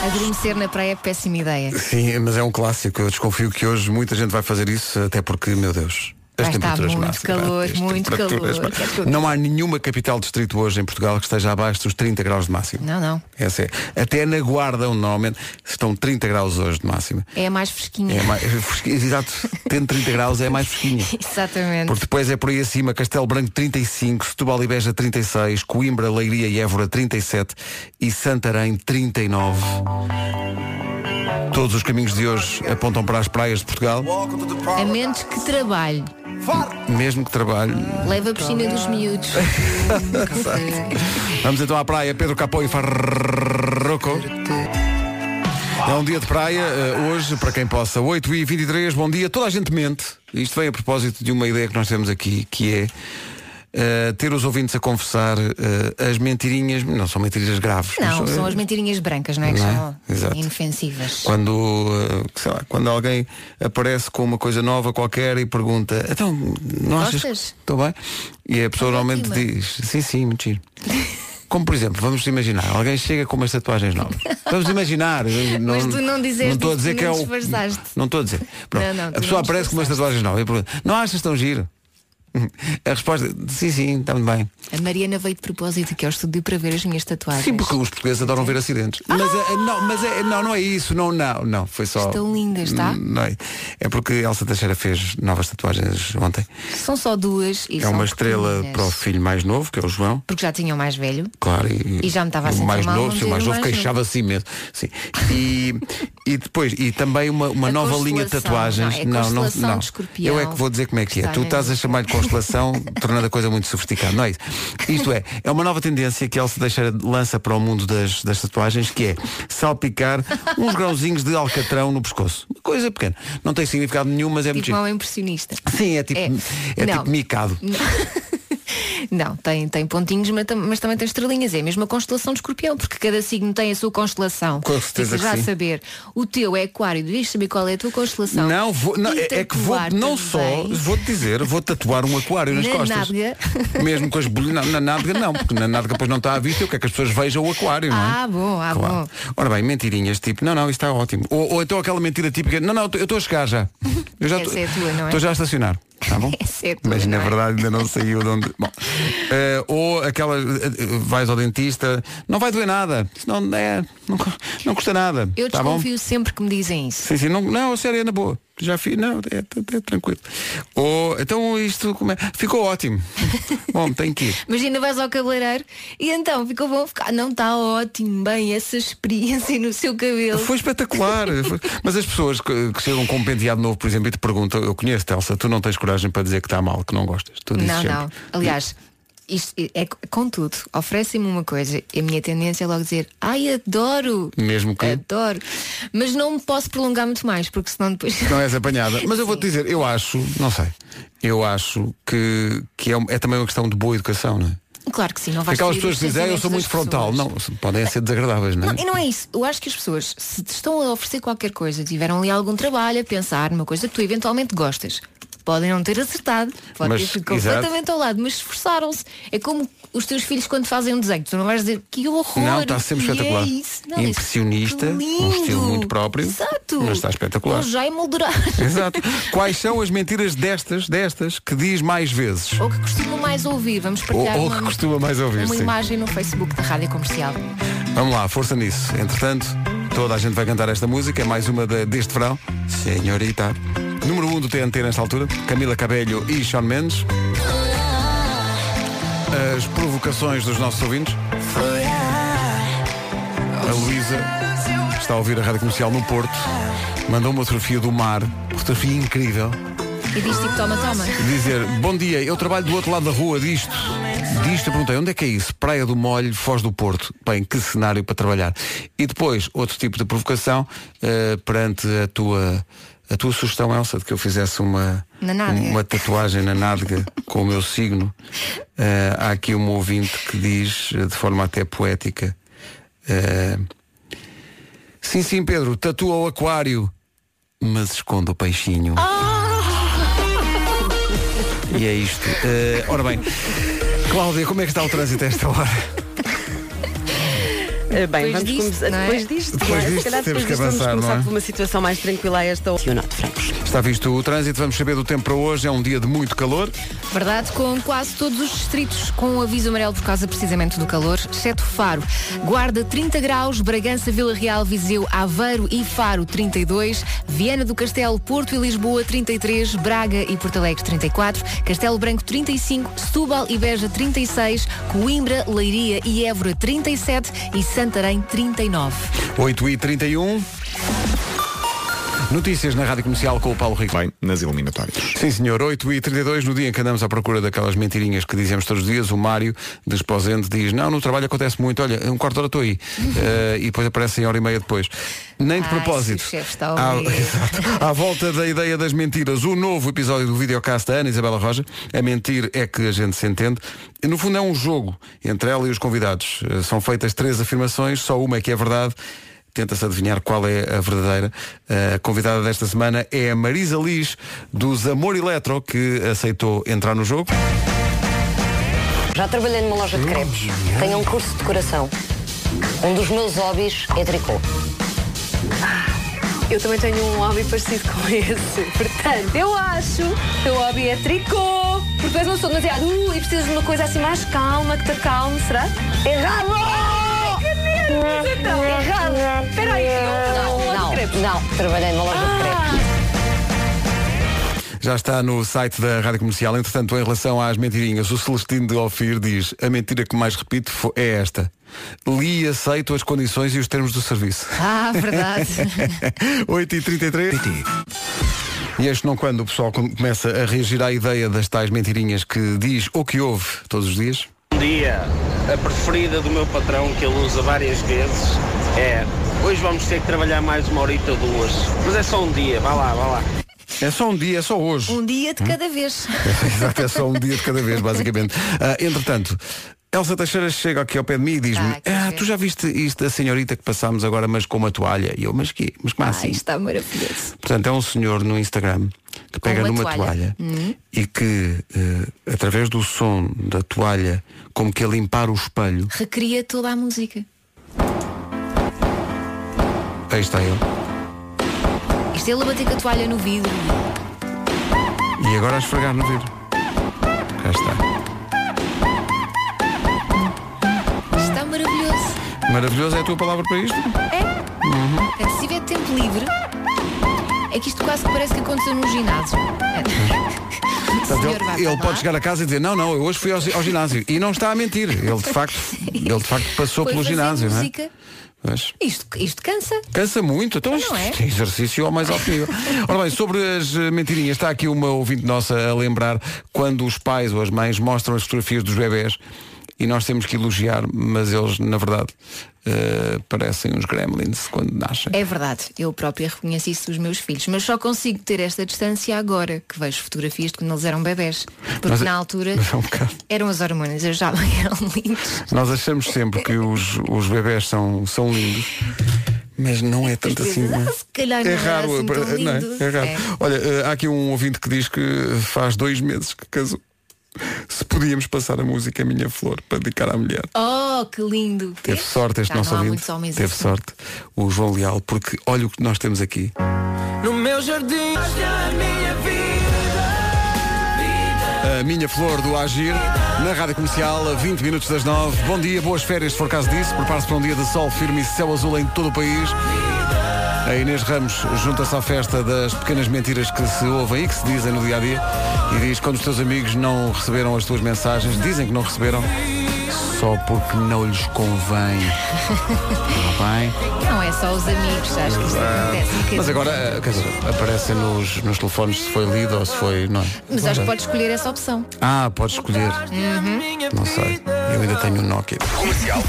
S4: Adormecer na praia é péssima ideia.
S1: Sim, mas é um clássico. Eu desconfio que hoje muita gente vai fazer isso, até porque, meu Deus. As
S4: Vai estar
S1: temperaturas
S4: muito
S1: máximas,
S4: calor,
S1: as
S4: muito
S1: temperaturas
S4: calor.
S1: máximas.
S4: É tudo.
S1: Não há nenhuma capital distrito hoje em Portugal que esteja abaixo dos 30 graus de máximo.
S4: Não, não.
S1: Essa é. Até na Guarda, onde normalmente estão 30 graus hoje de máxima.
S4: É a mais fresquinha. <laughs>
S1: É mais, exato, tendo 30 graus é mais fresquinha.
S4: Exatamente.
S1: Porque depois é por aí acima, Castelo Branco 35, Setúbal e Beja 36, Coimbra, Leiria e Évora 37 e Santarém 39. Todos os caminhos de hoje apontam para as praias de Portugal,
S4: A menos que trabalhe.
S1: mesmo que trabalhe.
S4: Leva a piscina dos
S1: <laughs>
S4: miúdos.
S1: Vamos então à praia, Pedro Capó e Farroco. É um dia de praia, eh, hoje, para quem possa, 8 e 23 bom dia, toda a gente mente. Isto vem a propósito de uma ideia que nós temos aqui, que é eh, ter os ouvintes a confessar eh, as mentirinhas, não são eh, mentirinhas graves. mas
S4: Não, são as mentirinhas brancas, não é? Que
S1: Não é?
S4: são
S1: Exato.
S4: inofensivas.
S1: Quando, eh, sei lá, quando alguém aparece com uma coisa nova qualquer e pergunta, então, não achas? que
S4: Gostas?
S1: Estou bem? E a pessoa normalmente
S4: ótima.
S1: diz, sim, sim, muito
S4: <laughs>
S1: giro. Como por exemplo, vamos imaginar, alguém chega com umas tatuagens novas. Vamos imaginar. eu Não,
S4: <laughs> Mas tu não dizeste
S1: estou a
S4: isso,
S1: dizer
S4: tu
S1: que é
S4: não
S1: o.
S4: disfarçaste.
S1: Não estou a
S4: <laughs>
S1: dizer. Pronto.
S4: Não, não, tu
S1: a pessoa
S4: não
S1: aparece com umas tatuagens novas e pergunta, não achas tão giro? <laughs> A resposta, sim, sim, está muito bem.
S4: A Mariana veio de propósito aqui ao estúdio para ver as minhas tatuagens.
S1: Sim, porque os portugueses adoram ver acidentes.
S4: Ah!
S1: Mas, é- não, mas é, não, não é isso, não, não, não, foi só.
S4: Estão lindas, tá?
S1: Não é. é porque Elsa Teixeira fez novas tatuagens ontem.
S4: São só duas e
S1: é
S4: são
S1: uma estrela
S4: pequeninas.
S1: para o filho mais novo, que é o João.
S4: Porque já tinham mais velho.
S1: Claro, e,
S4: E já me estava a
S1: e o
S4: sentir
S1: mais
S4: mal
S1: novo,
S4: não
S1: sim,
S4: ter
S1: o mais
S4: o
S1: novo
S4: mais novo.
S1: queixava-se imenso. Sim. E, e depois, e também uma, uma
S4: A
S1: nova linha de
S4: constelação,
S1: tatuagens.
S4: não, é a constelação de escorpião.
S1: Eu é que vou dizer como é que é.
S4: Está
S1: Tu
S4: na
S1: estás a
S4: lista.
S1: chamar-lhe constelação, <laughs> tornando a coisa muito sofisticada. Não é isso. Isto é, é uma nova tendência que Elsa Deixeira lança para o mundo das, das tatuagens, que é salpicar uns grãozinhos de alcatrão no pescoço. Uma coisa pequena. Não tem significado nenhum, mas é muito
S4: Tipo
S1: giro.
S4: mal impressionista.
S1: Sim, é tipo,
S4: É.
S1: é
S4: Não. <laughs>
S1: tipo micado.
S4: Não, tem, tem pontinhos, mas, tam- mas também tem estrelinhas. É a mesma constelação de escorpião, porque cada signo tem a sua constelação.
S1: Com certeza
S4: Ficas
S1: que
S4: já
S1: sim.
S4: a saber. O teu é aquário, devias saber qual é a tua constelação.
S1: Não, vou- não,
S4: E
S1: é, é que vou
S4: tatuar
S1: não só,
S4: também
S1: vou-te dizer, vou tatuar um aquário nas
S4: Na
S1: costas.
S4: nádega.
S1: Mesmo com as bolhas. não, Na nádega não, porque na nádega depois não está à vista, eu quero que as pessoas vejam o aquário, não é?
S4: Ah, bom, ah,
S1: Claro.
S4: bom.
S1: Ora bem, mentirinhas tipo, não, não, isto está ótimo. Ou, ou então aquela mentira típica, não, não, eu estou a chegar já. Eu já
S4: <laughs> Essa
S1: tô-
S4: é a tua, não é?
S1: Estou já a estacionar. Tá bom?
S4: <laughs> Essa é a tua,
S1: Mas na
S4: não é?
S1: verdade ainda não saiu de onde. Bom. Eh, ou aquela. eh, vais ao dentista, não vai doer nada. Isso não, é, não, cu- não custa nada.
S4: Eu
S1: tá bom?
S4: desconfio sempre que me dizem isso.
S1: Sim, sim, não, não, a sério, é na boa. Já fiz, não, é, é- é tranquilo. Ou, então isto como é? ficou
S4: <laughs>
S1: ótimo. Bom, tem que ir.
S4: Imagina, vais ao cabeleireiro e então ficou bom, fica, "Ah, não está ótimo, bem, essa experiência no seu cabelo.
S1: Foi espetacular. Foi- Mas as pessoas que, que chegam com um penteado novo, por exemplo, e te perguntam, eu conheço, Telsa, tu não tens coragem para dizer que está mal, que não gostas. Tu dizes
S4: Não,
S1: sempre.
S4: não. Aliás, isto é contudo, oferecem-me uma coisa e a minha tendência é logo dizer, ai, adoro,
S1: Mesmo que.
S4: adoro. Mas não me posso prolongar muito mais, porque senão depois. <laughs>
S1: Não és apanhada. Mas eu vou-te dizer, eu acho, não sei, eu acho que, que é, um- é também uma questão de boa educação, não é?
S4: Claro que sim, não vais
S1: Aquelas
S4: ferir
S1: pessoas
S4: os
S1: que dizem, "Ah, eu sou muito
S4: sentimentos das
S1: frontal.
S4: pessoas.
S1: Não, podem ser desagradáveis, não é?
S4: Não, e não é isso. Eu acho que as pessoas, se te estão a oferecer qualquer coisa, tiveram ali algum trabalho a pensar numa coisa que tu eventualmente gostas, podem não ter acertado, pode
S1: Mas,
S4: ter sido
S1: exato.
S4: completamente ao lado, mas esforçaram-se. É como os teus filhos quando fazem um desenho, tu não vais dizer que horror.
S1: Não, está sempre
S4: que é
S1: espetacular.
S4: isso? Não, isso-
S1: Impressionista,
S4: que
S1: um estilo
S4: lindo.
S1: muito próprio.
S4: Exato.
S1: Mas está espetacular.
S4: Eles já emolduraram. <laughs>
S1: Exato. Quais são as mentiras destas, destas, que diz mais vezes?
S4: Ou que costuma mais ouvir, vamos
S1: Ou,
S4: partilhar
S1: ou
S4: uma,
S1: que costuma mais ouvir,
S4: uma
S1: sim.
S4: imagem no Facebook da Rádio Comercial.
S1: Vamos lá, força nisso. Entretanto, toda a gente vai cantar esta música, é mais uma de- deste verão. Senhorita. Número 1 um do TNT nesta altura, Camila Cabello e Sean Mendes. As provocações dos nossos ouvintes. A Luísa está a ouvir a rádio comercial no Porto. Mandou uma fotografia do mar, fotografia incrível.
S4: E diz tipo, toma, toma.
S1: Dizer, bom dia, eu trabalho do outro lado da rua disto. Disto eu perguntei, onde é que é isso? Praia do Molho, Foz do Porto. Bem, que cenário para trabalhar. E depois, outro tipo de provocação, eh, perante a tua, a tua sugestão, Elsa, de que eu fizesse uma,
S4: Na nádega.
S1: uma tatuagem na nádega com o meu signo. eh, há aqui um ouvinte que diz, eh, de forma até poética, eh, sim, sim, Pedro, tatua o aquário, mas esconde o peixinho. E é isto. Eh, ora bem, Cláudia, como é que está o trânsito a esta hora?
S3: Eh, Bem,
S1: Depois
S3: vamos
S1: disto,
S3: começar.
S1: não é?
S3: Depois disto,
S1: Depois
S3: não é?
S1: disto
S3: se calhar
S1: temos
S3: depois
S1: que
S3: disto vamos
S1: avançar,
S3: começar
S1: não é?
S3: por uma situação mais tranquila a esta hora. Leonardo Francos.
S1: Está visto o trânsito, vamos saber do tempo para hoje. É um dia de muito calor.
S4: Verdade, com quase todos os distritos com um aviso amarelo por causa precisamente do calor, exceto Faro. Guarda 30 graus, Bragança, Vila Real, Viseu, Aveiro e Faro 32, Viana do Castelo, Porto e Lisboa 33, Braga e Porto Alegre 34, Castelo Branco 35, Setúbal e Beja 36, Coimbra, Leiria e Évora 37 e Santarém 39.
S1: 8 e 31 Notícias na Rádio Comercial com o Paulo Rico.
S2: Bem, nas eliminatórias.
S1: Sim, senhor. 8 e 32 no dia em que andamos à procura daquelas mentirinhas que dizemos todos os dias, o Mário de Esposende diz, não, no trabalho acontece muito, olha, um quarto de hora estou aí. Eh, e depois aparecem hora e meia depois. Nem de
S4: Ai,
S1: propósito.
S4: se o chefe está a
S1: à,
S4: ouvir.
S1: Exato. à volta da ideia das mentiras, o novo episódio do videocast da Ana Isabela Roja, a mentir é que a gente se entende. No fundo é um jogo entre ela e os convidados. Eh, São feitas três afirmações, só uma é que é verdade. Tenta-se adivinhar qual é a verdadeira. Eh, A convidada desta semana é a Marisa Liz, dos Amor Eletro, que aceitou entrar no jogo.
S12: Já trabalhei numa loja de crepes. Tenho um curso de decoração. Um dos meus hobbies é tricô.
S13: Eu também tenho um hobby parecido com <laughs> esse. Portanto, eu acho que o teu hobby é tricô. Porque depois não sou demasiado. Uh, e precisas de uma coisa assim mais calma, que te acalme, será? Errado! Ai, que nervos, então. Errado. Espera aí, eu
S12: Não, não, não. Trabalhei numa loja de
S13: Ah.
S12: crepes.
S1: Já está no site da Rádio Comercial. Entretanto, em relação às mentirinhas, o Celestino de Ofir diz a mentira que mais repito fo- é esta. Li e aceito as condições e os termos do serviço. <laughs>
S4: Ah, verdade.
S1: 8h33. E este não quando o pessoal come- começa a reagir à ideia das tais mentirinhas que diz ou que ouve todos os dias.
S14: Bom Um dia. A preferida do meu patrão, que ele usa várias vezes, é hoje vamos ter que trabalhar mais uma horita ou duas. Mas é só um dia, vá lá, vá lá.
S1: É só um dia, é só hoje.
S4: <laughs> Um dia de cada vez.
S1: <laughs> Exato, é só um dia de cada vez, basicamente. Ah, entretanto, Elsa Teixeira chega aqui ao pé de mim e diz-me,
S4: Ah, que
S1: ah,
S4: giro."
S1: tu já viste isto da senhorita que passámos agora, mas com uma toalha? E eu, mas que? Mas como assim?
S4: Ai, está maravilhoso.
S1: Portanto, é um senhor no Instagram que pega
S4: Com uma
S1: numa
S4: toalha.
S1: toalha,
S4: Uhum.
S1: e que, eh, através do som da toalha, como que a limpar o espelho,
S4: Recria toda a música.
S1: aí está ele.
S4: Isto é ele a bater com a toalha no vidro.
S1: E agora a esfregar no vidro. Cá está.
S4: Está maravilhoso.
S1: Maravilhoso é a tua palavra para isto?
S4: É? Portanto, se tiver tempo livre, É que isto quase que parece que aconteceu num ginásio. O
S1: Portanto,
S4: senhor vai
S1: ele
S4: para
S1: ele
S4: lá.
S1: pode chegar a casa e dizer, não, não, eu hoje fui ao, ao ginásio. E não está a mentir. Ele de facto, ele de facto passou
S4: Foi
S1: pelo
S4: fazer
S1: ginásio. Não é?
S4: assim, música.
S1: Mas
S4: Isto, isto cansa.
S1: cansa muito, então isto
S4: é?
S1: é exercício ao mais alto nível. Ora bem, sobre as eh, mentirinhas, está aqui uma ouvinte nossa a lembrar quando os pais ou as mães mostram as fotografias dos bebés e nós temos que elogiar, mas eles, na verdade, eh, parecem uns gremlins quando nascem.
S4: É verdade, eu própria reconheço isso dos meus filhos, mas só consigo ter esta distância agora, que vejo fotografias de quando eles eram bebés. Porque
S1: Mas-
S4: na altura
S1: mas é <laughs> um bocado.
S4: eram as hormonas, eles já <laughs> eram lindos.
S1: Nós achamos sempre que os, os bebés são, são lindos, mas não é tanto assim. não é?
S4: Ah, se calhar não
S1: É
S4: era
S1: raro,
S4: assim tão
S1: não é?
S4: lindo.
S1: É raro.
S4: É.
S1: Olha, eh, há aqui um ouvinte que diz que faz dois meses que casou. Se podíamos passar a música Minha Flor para dedicar à mulher.
S4: Oh, que lindo!
S1: Teve sorte este
S4: Já
S1: nosso
S4: não há
S1: ouvinte.
S4: muitos homens
S1: Teve
S4: assim.
S1: sorte. O João Leal, porque olha o que nós temos aqui.
S5: No meu jardim a minha vida
S1: A Minha Flor do Agir, na Rádio Comercial, a 20 minutos das 9. Bom dia, boas férias, se for caso disso. Prepare-se para um dia de sol firme e céu azul em todo o país. A Inês Ramos junta-se à festa das pequenas mentiras que se ouvem e que se dizem no dia-a-dia. E diz, quando os teus amigos não receberam as tuas mensagens, dizem que não receberam, só porque não lhes convém. Está bem?
S4: Não é só os amigos, acho que isto acontece. um
S1: Ah,
S4: bocadinho.
S1: Mas agora, quer dizer, aparecem nos, nos telefones se foi lido ou se foi. Não é?
S4: Mas acho que pode escolher essa opção.
S1: Ah, pode escolher. Não sei. Eu ainda tenho um Nokia.
S11: Comercial.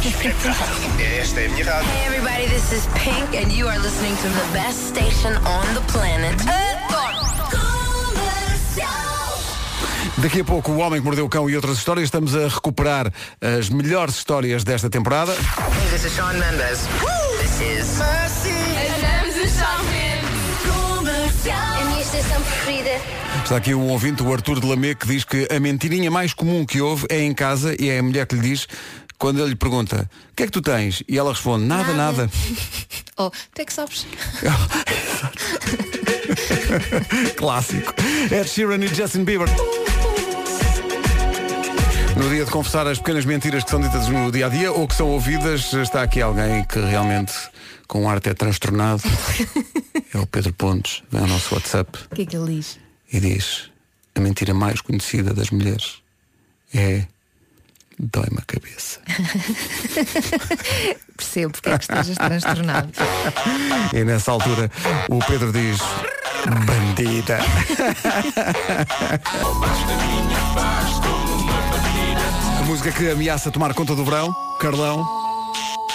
S11: Esta é a minha rádio. Hey everybody, this is Pink and you are listening to the best station on the planet. Adoro.
S1: Daqui a pouco, O Homem que Mordeu o Cão e outras histórias. Estamos a recuperar as melhores histórias desta temporada.
S11: Hey, this is Sean Mendes. This is Mercy. Estamos a Sean
S6: A minha estação preferida.
S1: Está aqui um ouvinte, o Arthur de Lamé, que diz que a mentirinha mais comum que houve é em casa e é a mulher que lhe diz quando ele lhe pergunta o que é que tu tens? E ela responde nada, nada.
S6: <laughs>
S4: Oh, tu é que sabes?
S1: Clássico. Ed Sheeran e Justin Bieber. No dia de confessar as pequenas mentiras que são ditas no dia a dia ou que são ouvidas, está aqui alguém que realmente com um arte é transtornado. É o Pedro Pontes, vem ao nosso WhatsApp
S4: O que é que ele diz?
S1: e diz a mentira mais conhecida das mulheres é dói-me a cabeça.
S4: Percebo porque é que estejas transtornado.
S1: E nessa altura o Pedro diz bandida. A música que ameaça tomar conta do verão, Carlão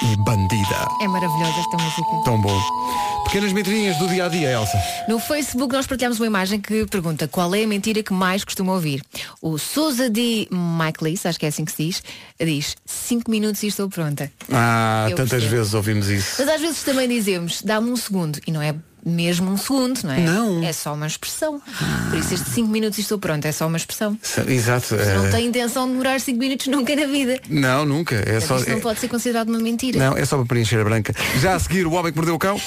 S1: e Bandida.
S4: É maravilhosa esta música.
S1: Tão bom. Pequenas mentirinhas do dia a dia, Elsa.
S4: No Facebook nós partilhamos uma imagem que pergunta qual é a mentira que mais costuma ouvir. O Sousa de Michaelis, acho que é assim que se diz, diz 5 minutos e estou pronta.
S1: Ah,
S4: Eu
S1: tantas
S4: percebo.
S1: vezes ouvimos isso.
S4: Mas às vezes também dizemos dá-me um segundo e não é mesmo um segundo, não é? Não. É só uma expressão. Por isso este 5 minutos e estou pronta é só uma expressão.
S1: Exato.
S4: Mas Não
S1: eh,
S4: tem intenção de demorar 5 minutos nunca na vida.
S1: Não, nunca. É só,
S4: Portanto, Isto não
S1: é-
S4: pode ser considerado uma mentira.
S1: Não, é só para preencher a branca. Já a seguir, o homem que mordeu o cão.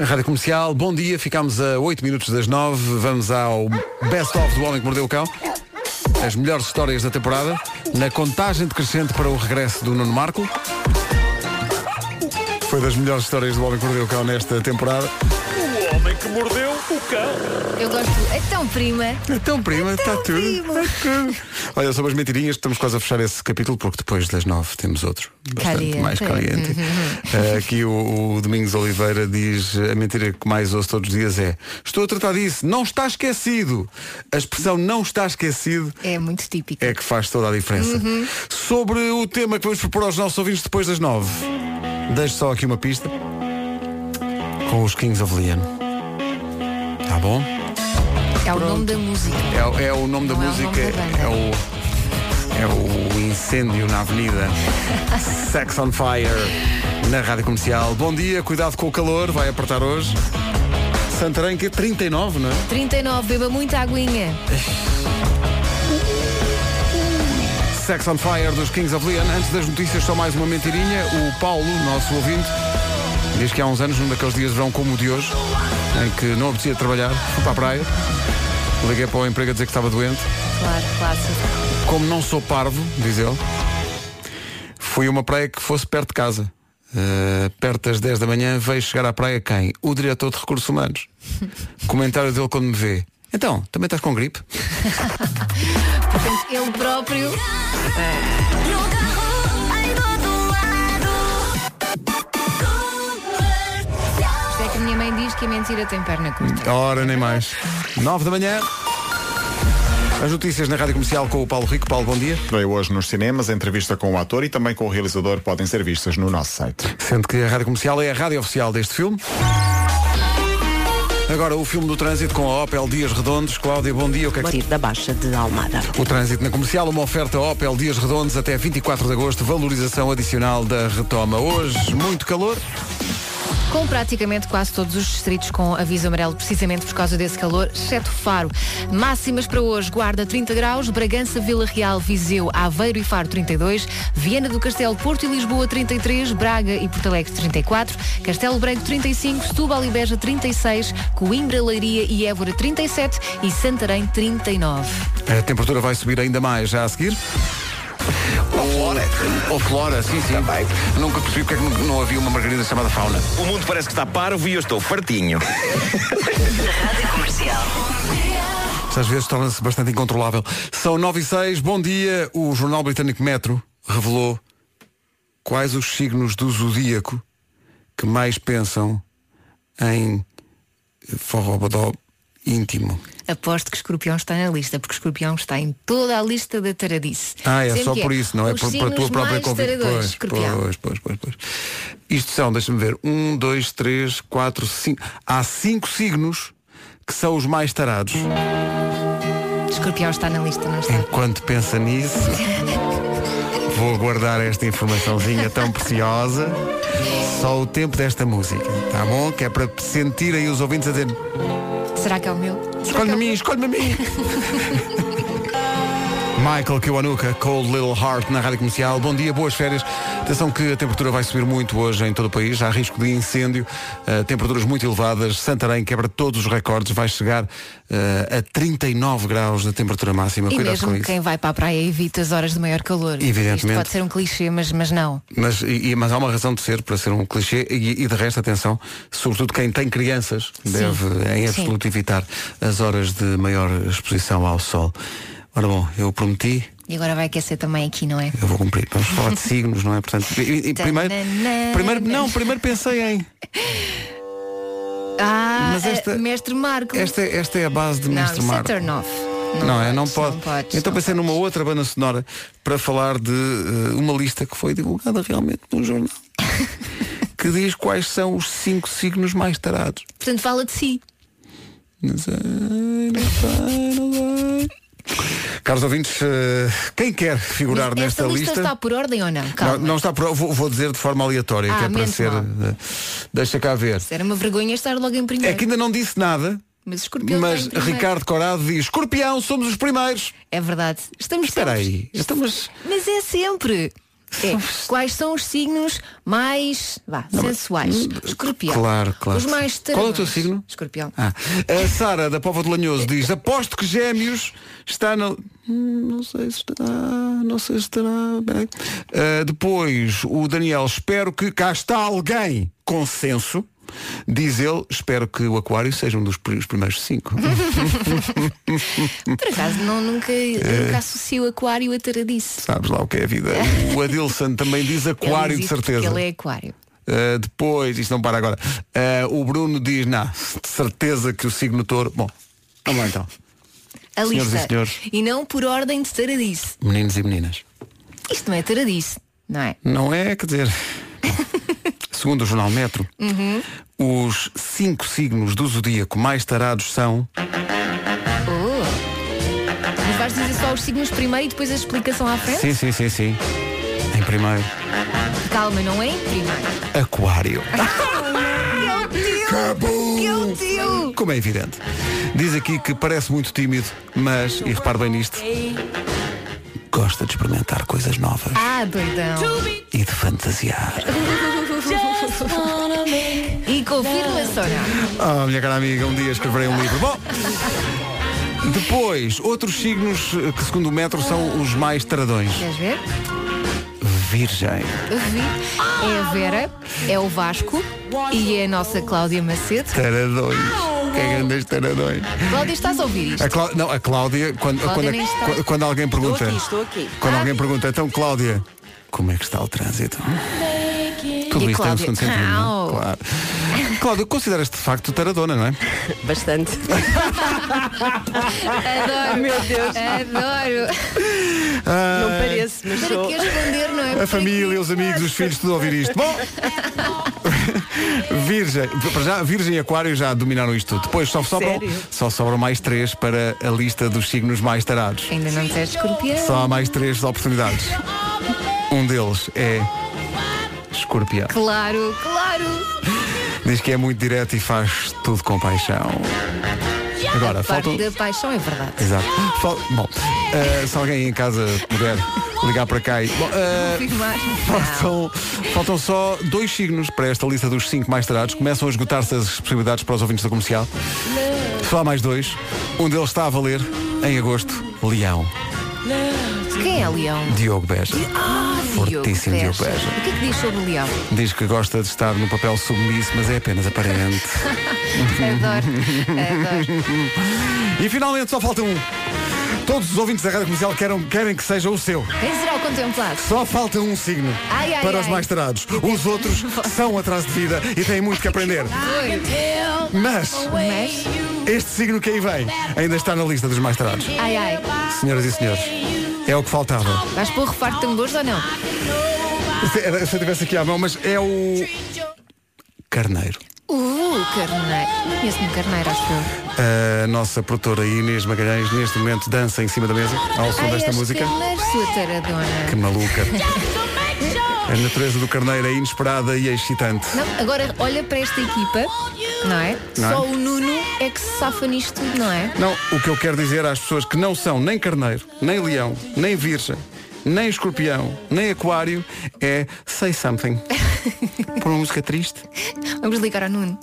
S1: A Rádio Comercial, bom dia, ficámos a 8 minutos das 9, vamos ao Best of do Homem que Mordeu o Cão. As melhores histórias da temporada, na contagem decrescente para o regresso do Nuno Marco. Foi das melhores histórias do Homem que Mordeu o Cão nesta temporada.
S5: O homem que mordeu o cão
S4: Eu gosto. Então, prima.
S1: Então,
S4: É
S1: prima, está tudo. Olha, sobre as mentirinhas, estamos quase a fechar esse capítulo, porque depois das 9 temos outro. Bastante
S4: Caliente. Uhum.
S1: mais caliente. Uh, aqui o, o Domingos Oliveira diz a mentira que mais ouço todos os dias é estou a tratar disso, não está esquecido. A expressão não está esquecido
S4: É muito típico.
S1: é que faz toda a diferença.
S4: Uhum.
S1: Sobre o tema que vamos propor aos nossos ouvintes depois das nove, deixo só aqui uma pista com os Kings of Leon. Tá bom?
S4: É o nome da música.
S1: É, o- é o nome da
S4: Não é o
S1: música,
S4: nome da banda.
S1: é o é o incêndio na
S4: <laughs>
S1: avenida. Sex on Fire na Rádio Comercial. Bom dia, cuidado com o calor, vai apertar hoje. Santarém que é 39, não é?
S4: 39, beba muita aguinha.
S1: Sex on Fire dos Kings of Leon. Antes das notícias, só mais uma mentirinha. O Paulo, nosso ouvinte, diz que há uns anos, num daqueles dias de verão como o de hoje, em que não apetecia trabalhar, fui para a praia, liguei para o emprego a dizer que estava doente.
S4: Claro, clássico.
S1: Como não sou parvo, diz ele, fui a uma praia que fosse perto de casa. Eh, perto das 10 da manhã veio chegar à praia quem? O diretor de recursos <laughs> humanos. Comentário dele quando me vê. Então, também estás com gripe?
S4: Portanto, ele próprio. Isto é que a minha mãe diz que a mentira tem perna curta.
S1: Ora, nem mais. 9 da manhã. As notícias na Rádio Comercial com o Paulo Rico. Paulo, bom dia.
S2: Veio hoje nos cinemas, a entrevista com o ator e também com o realizador podem ser vistas no nosso site.
S1: Sendo que a Rádio Comercial é a rádio oficial deste filme. Agora o filme do trânsito com a Opel Dias Redondos. Cláudia, bom dia. O que é que...
S3: da Baixa de Almada.
S1: O trânsito na comercial, uma oferta Opel Dias Redondos até 24 de agosto, valorização adicional da retoma. Hoje, muito calor.
S4: Com praticamente quase todos os distritos com aviso amarelo, precisamente por causa desse calor, exceto Faro. Máximas para hoje, Guarda 30 graus, Bragança, Vila Real, Viseu, Aveiro e Faro 32, Viana do Castelo, Porto e Lisboa 33, Braga e Porto Alegre 34, Castelo Branco 35, Setúbal e Beja 36, Coimbra, Leiria e Évora 37 e Santarém 39.
S1: A temperatura vai subir ainda mais já a seguir. Ou Flora. Tá Ou Flora, sim, sim. Nunca percebi porque é que não- não havia uma margarida chamada Fauna.
S7: O mundo parece que está parvo e eu estou fartinho.
S1: Isso Às vezes torna-se bastante incontrolável. São 9 e 6, bom dia. O jornal britânico Metro revelou quais os signos do zodíaco que mais pensam em forrobodó íntimo.
S4: Aposto que escorpião está na lista, porque escorpião está em toda a lista da taradice.
S1: Ah, é
S4: Sempre
S1: só
S4: que
S1: por isso, não é?
S4: os
S1: Por, pela tua
S4: signos
S1: própria
S4: mais
S1: convicção.
S4: taradores,
S1: Pois,
S4: escorpião.
S1: pois, pois, pois, pois. Isto são, deixa-me ver, um, dois, três, quatro, cinco. Há cinco signos que são os mais tarados.
S4: Escorpião está na lista, não está?
S1: Enquanto pensa nisso, vou guardar esta informaçãozinha tão preciosa. Só o tempo desta música, tá bom? Que é para sentirem os ouvintes a dizer
S4: Será que é o meu?
S1: escolhe-me a mim, escolhe-me a mim. <laughs> Michael Kiwanuka, Cold Little Heart na Rádio Comercial. Bom dia, boas férias. Atenção que a temperatura vai subir muito hoje em todo o país. Há risco de incêndio, eh, temperaturas muito elevadas. Santarém quebra todos os recordes. Vai chegar eh, a 39 graus de temperatura máxima.
S4: E
S1: Cuidado com
S4: mesmo
S1: isso.
S4: quem vai para a praia evita as horas de maior calor.
S1: Evidentemente.
S4: Isto pode ser um clichê, mas, mas não.
S1: Mas, e, e- mas há uma razão de ser para ser um clichê e, e de resto, atenção, sobretudo quem tem crianças
S4: Sim.
S1: deve em
S4: Sim.
S1: absoluto evitar as horas de maior exposição ao sol. Ora bom, eu prometi,
S4: E agora vai aquecer também aqui, não é?
S1: eu vou cumprir. Vamos falar de
S4: <laughs>
S1: signos, não é? Portanto, e- e primeiro,
S4: Tananana.
S1: primeiro, não, primeiro pensei em.
S4: Ah,
S1: Mas esta-
S4: eh, mestre Marco.
S1: Esta, é- esta é a base de
S4: não,
S1: Mestre
S4: isso é
S1: Marco.
S4: turn off.
S1: Não, é, não
S4: podes,
S1: pode.
S4: não podes,
S1: então
S4: não
S1: pensei numa outra banda sonora para falar de eh, uma lista que foi divulgada realmente num jornal
S4: <laughs>
S1: que diz quais são os cinco signos mais tarados.
S4: Portanto, fala de si.
S1: Não sei, não sei, não sei. Caros ouvintes, eh, quem quer figurar
S4: Esta
S1: nesta
S4: lista,
S1: lista.
S4: está por ordem ou não?
S1: Não,
S4: Calma.
S1: não está por, vou, vou dizer de forma aleatória,
S4: Ah,
S1: que é para
S4: menos
S1: ser. eh, Deixa cá ver.
S4: Era uma vergonha estar logo em primeiro.
S1: É que ainda não disse nada,
S4: Mas escorpião
S1: mas
S4: está em primeiro.
S1: Ricardo Corado diz: Escorpião, somos os primeiros.
S4: É verdade. Estamos
S1: Espera
S4: sempre-
S1: aí, então, estamos.
S4: Mas é sempre. É. Quais são os signos mais vá, sensuais? Escorpião.
S1: hum, Claro, claro.
S4: Os mais
S1: Qual é o teu
S4: taradões.
S1: signo?
S4: Escorpião.
S1: Ah, a Sara da Pova de Lanhoso diz: Aposto que Gêmeos está na. Hum, Não sei se estará, não sei se estará. Bem. Ah, depois o Daniel, espero que cá está alguém com senso. Diz ele, espero que o Aquário seja um dos pri- os primeiros
S4: <laughs>
S1: cinco.
S4: Por acaso não, nunca,
S1: Eh,
S4: nunca associo aquário a taradice.
S1: Sabes lá o que é a vida. O Adilson também diz Aquário, de
S4: Ele diz isso
S1: certeza.
S4: É porque Ele é aquário.
S1: Uh, depois, isto não para agora. Uh, o Bruno diz, não, de certeza que o signo touro. Bom, vamos lá então.
S4: A
S1: Senhoras
S4: lista.
S1: e senhores.
S4: E não por ordem de taradice.
S1: Meninos e meninas.
S4: Isto não é taradice, não é?
S1: Não é, quer dizer. Segundo o Jornal Metro,
S4: Uhum.
S1: os cinco signos do zodíaco mais tarados são.
S4: Oh. Mas vais dizer só os signos primeiro e depois a explicação à frente?
S1: Sim, sim, sim, sim. Em primeiro,
S4: Calma, não é em
S1: <laughs>
S4: primeiro.
S1: Aquário.
S4: Meu Deus! Meu Deus!
S1: Como é evidente. Diz aqui que parece muito tímido, mas, e repare bem nisto, gosta de experimentar coisas novas
S4: Ah, doidão.
S1: e de fantasiar.
S4: E confirma-se ou não?
S1: Ah, minha cara amiga, um dia escreverei um livro. Bom, depois, outros signos eh, que segundo o metro são os mais taradões.
S4: Queres ver?
S1: virgem.
S4: Vi. É a Vera, é o Vasco e é a nossa Cláudia Macedo.
S1: Taradões. Que grandes taradões.
S4: Cláudia, estás a ouvir isto?
S1: A Clá- não, a Cláudia, quando,
S4: Cláudia
S1: quando,
S4: nem está.
S1: quando- quando alguém pergunta.
S4: Estou aqui, estou aqui.
S1: Quando
S4: Ah.
S1: alguém pergunta, então Cláudia, como é que está o trânsito? Tudo
S4: E
S1: isto é um
S4: Cláudia?
S1: segundo sentido. não é?
S4: Au.
S1: Claro. Cláudia, consideras-te de facto taradona, não é?
S3: Bastante.
S4: Adoro,
S3: Meu Deus.
S4: Adoro.
S1: Ah,
S4: Para que esconder, não é?
S1: A família, os amigos, os filhos, tudo a ouvir isto. Bom, <laughs> Virgem, para já, Virgem e Aquário já dominaram isto tudo. Depois só sobram,
S4: Sério?
S1: só sobram mais três para a lista dos signos mais tarados.
S4: Ainda não disseste escorpião.
S1: Só há mais três oportunidades. Um deles é Escorpião.
S4: Claro, claro.
S1: Diz que é muito direto e faz tudo com paixão. Agora,
S4: a parte
S1: faltam.
S4: da paixão é verdade.
S1: Exato. Fal- Bom, eh, se alguém em casa puder ligar para cá e. Bom, eh,
S4: Confirmar.
S1: Faltam, faltam só dois signos para esta lista dos cinco mais tarados. Começam a esgotar-se as possibilidades para os ouvintes da comercial. Só há mais dois. Um deles está a valer em agosto. Leão.
S4: Quem é Leão?
S1: Diogo Beja.
S4: Ah,
S1: Fortíssimo Diogo Beja.
S4: O que é que diz sobre o Leão?
S1: Diz que gosta de estar no papel submisso, mas é apenas aparente. <laughs>
S4: Adoro, adoro.
S1: E finalmente só falta um. Todos os ouvintes da Rádio Comercial querem, querem que seja o seu.
S4: Quem será o contemplado?
S1: Só falta um signo
S4: Ai, ai,
S1: para os
S4: ai.
S1: mais tarados. Os outros são atrás de vida e têm muito que aprender. Mas,
S4: um.
S1: este signo que aí vem ainda está na lista dos mais tarados.
S4: Ai, ai.
S1: Senhoras e senhores, é o que faltava.
S4: Vais pôr refar de tambores ou não?
S1: Se, era- se eu tivesse aqui à mão, mas é o. Carneiro.
S4: Uh, carneiro. Conheço-me um carneiro, acho eu.
S1: A nossa produtora Inês Magalhães, neste momento, dança em cima da mesa ao som
S4: Ai, é
S1: desta
S4: és
S1: música.
S4: carneiro, sua taradona.
S1: Que maluca. A natureza do carneiro é inesperada e é excitante.
S4: Não, agora olha para esta equipa, não é?
S1: Não é?
S4: Só o Nuno é que se safa nisto tudo, não é?
S1: Não, o que eu quero dizer às pessoas que não são nem carneiro, nem leão, nem virgem, nem escorpião, nem aquário é Say Something. Por uma música triste.
S4: Vamos ligar ao Nuno.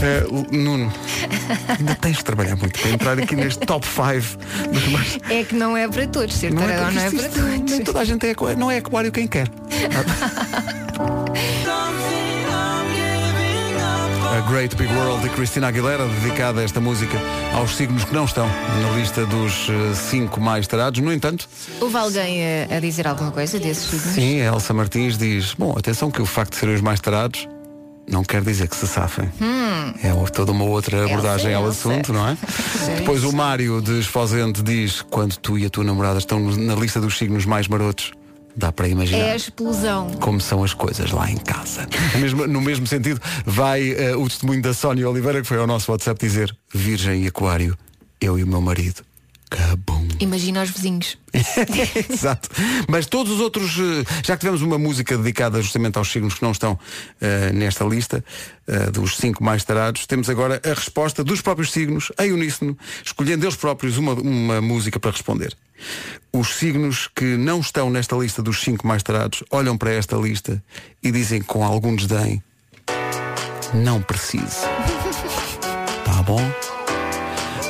S1: Eh, Nuno, ainda tens de trabalhar muito para entrar aqui neste top 5 dos mais
S4: É que não é para todos, ser
S1: Não é
S4: taradão
S1: porque
S4: não é
S1: isto-
S4: para
S1: isto
S4: todos.
S1: Nem toda a gente é aquário, não é aquário quem quer. A Great Big World de Cristina Aguilera, dedicada a esta música aos signos que não estão na lista dos eh, cinco mais tarados. No entanto,
S4: Houve alguém a, a dizer alguma coisa desses signos?
S1: sim, a Elsa Martins diz, bom, atenção que o facto de serem os mais tarados não quer dizer que se safem.
S4: Hum,
S1: É o- toda uma outra
S4: Elsa,
S1: abordagem ao
S4: Elsa.
S1: assunto,
S4: <laughs>
S1: não é? Depois o Mário de Esfozente diz, quando tu e a tua namorada estão na lista dos signos mais marotos, dá para imaginar
S4: é a explosão.
S1: como são as coisas lá em casa. No mesmo, no mesmo sentido, vai eh, o testemunho da Sónia Oliveira, que foi ao nosso WhatsApp dizer, Virgem e Aquário, eu e o meu marido.
S4: Imagina os vizinhos.
S1: <laughs> Exato. Mas todos os outros, eh, já que tivemos uma música dedicada justamente aos signos que não estão eh, nesta lista, eh, dos cinco mais tarados, temos agora a resposta dos próprios signos, em uníssono, escolhendo eles próprios uma, uma música para responder. Os signos que não estão nesta lista dos cinco mais tarados olham para esta lista e dizem com algum desdém, não preciso. Tá bom?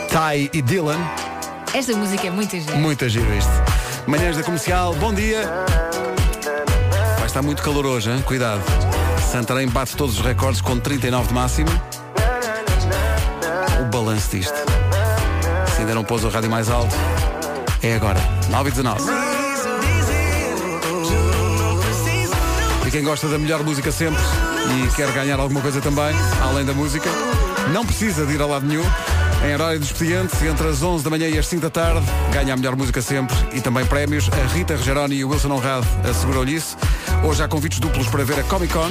S1: Ty e Dylan.
S4: Esta música é muito gira.
S1: Muito giro isto. Manhãs da Comercial, bom dia. Vai estar muito calor hoje, hein? cuidado. Santarém bate todos os recordes com 39 de máximo. O balanço disto. Se ainda não pôs o rádio mais alto, é agora, 9 e 19. E quem gosta da melhor música sempre e quer ganhar alguma coisa também, além da música, não precisa de ir a lado nenhum. Em horário do expediente, entre as 11 da manhã e as 5 da tarde, ganha a melhor música sempre e também prémios. A Rita Rogeroni e o Wilson Honrado asseguram-lhe isso. Hoje há convites duplos para ver a Comic Con.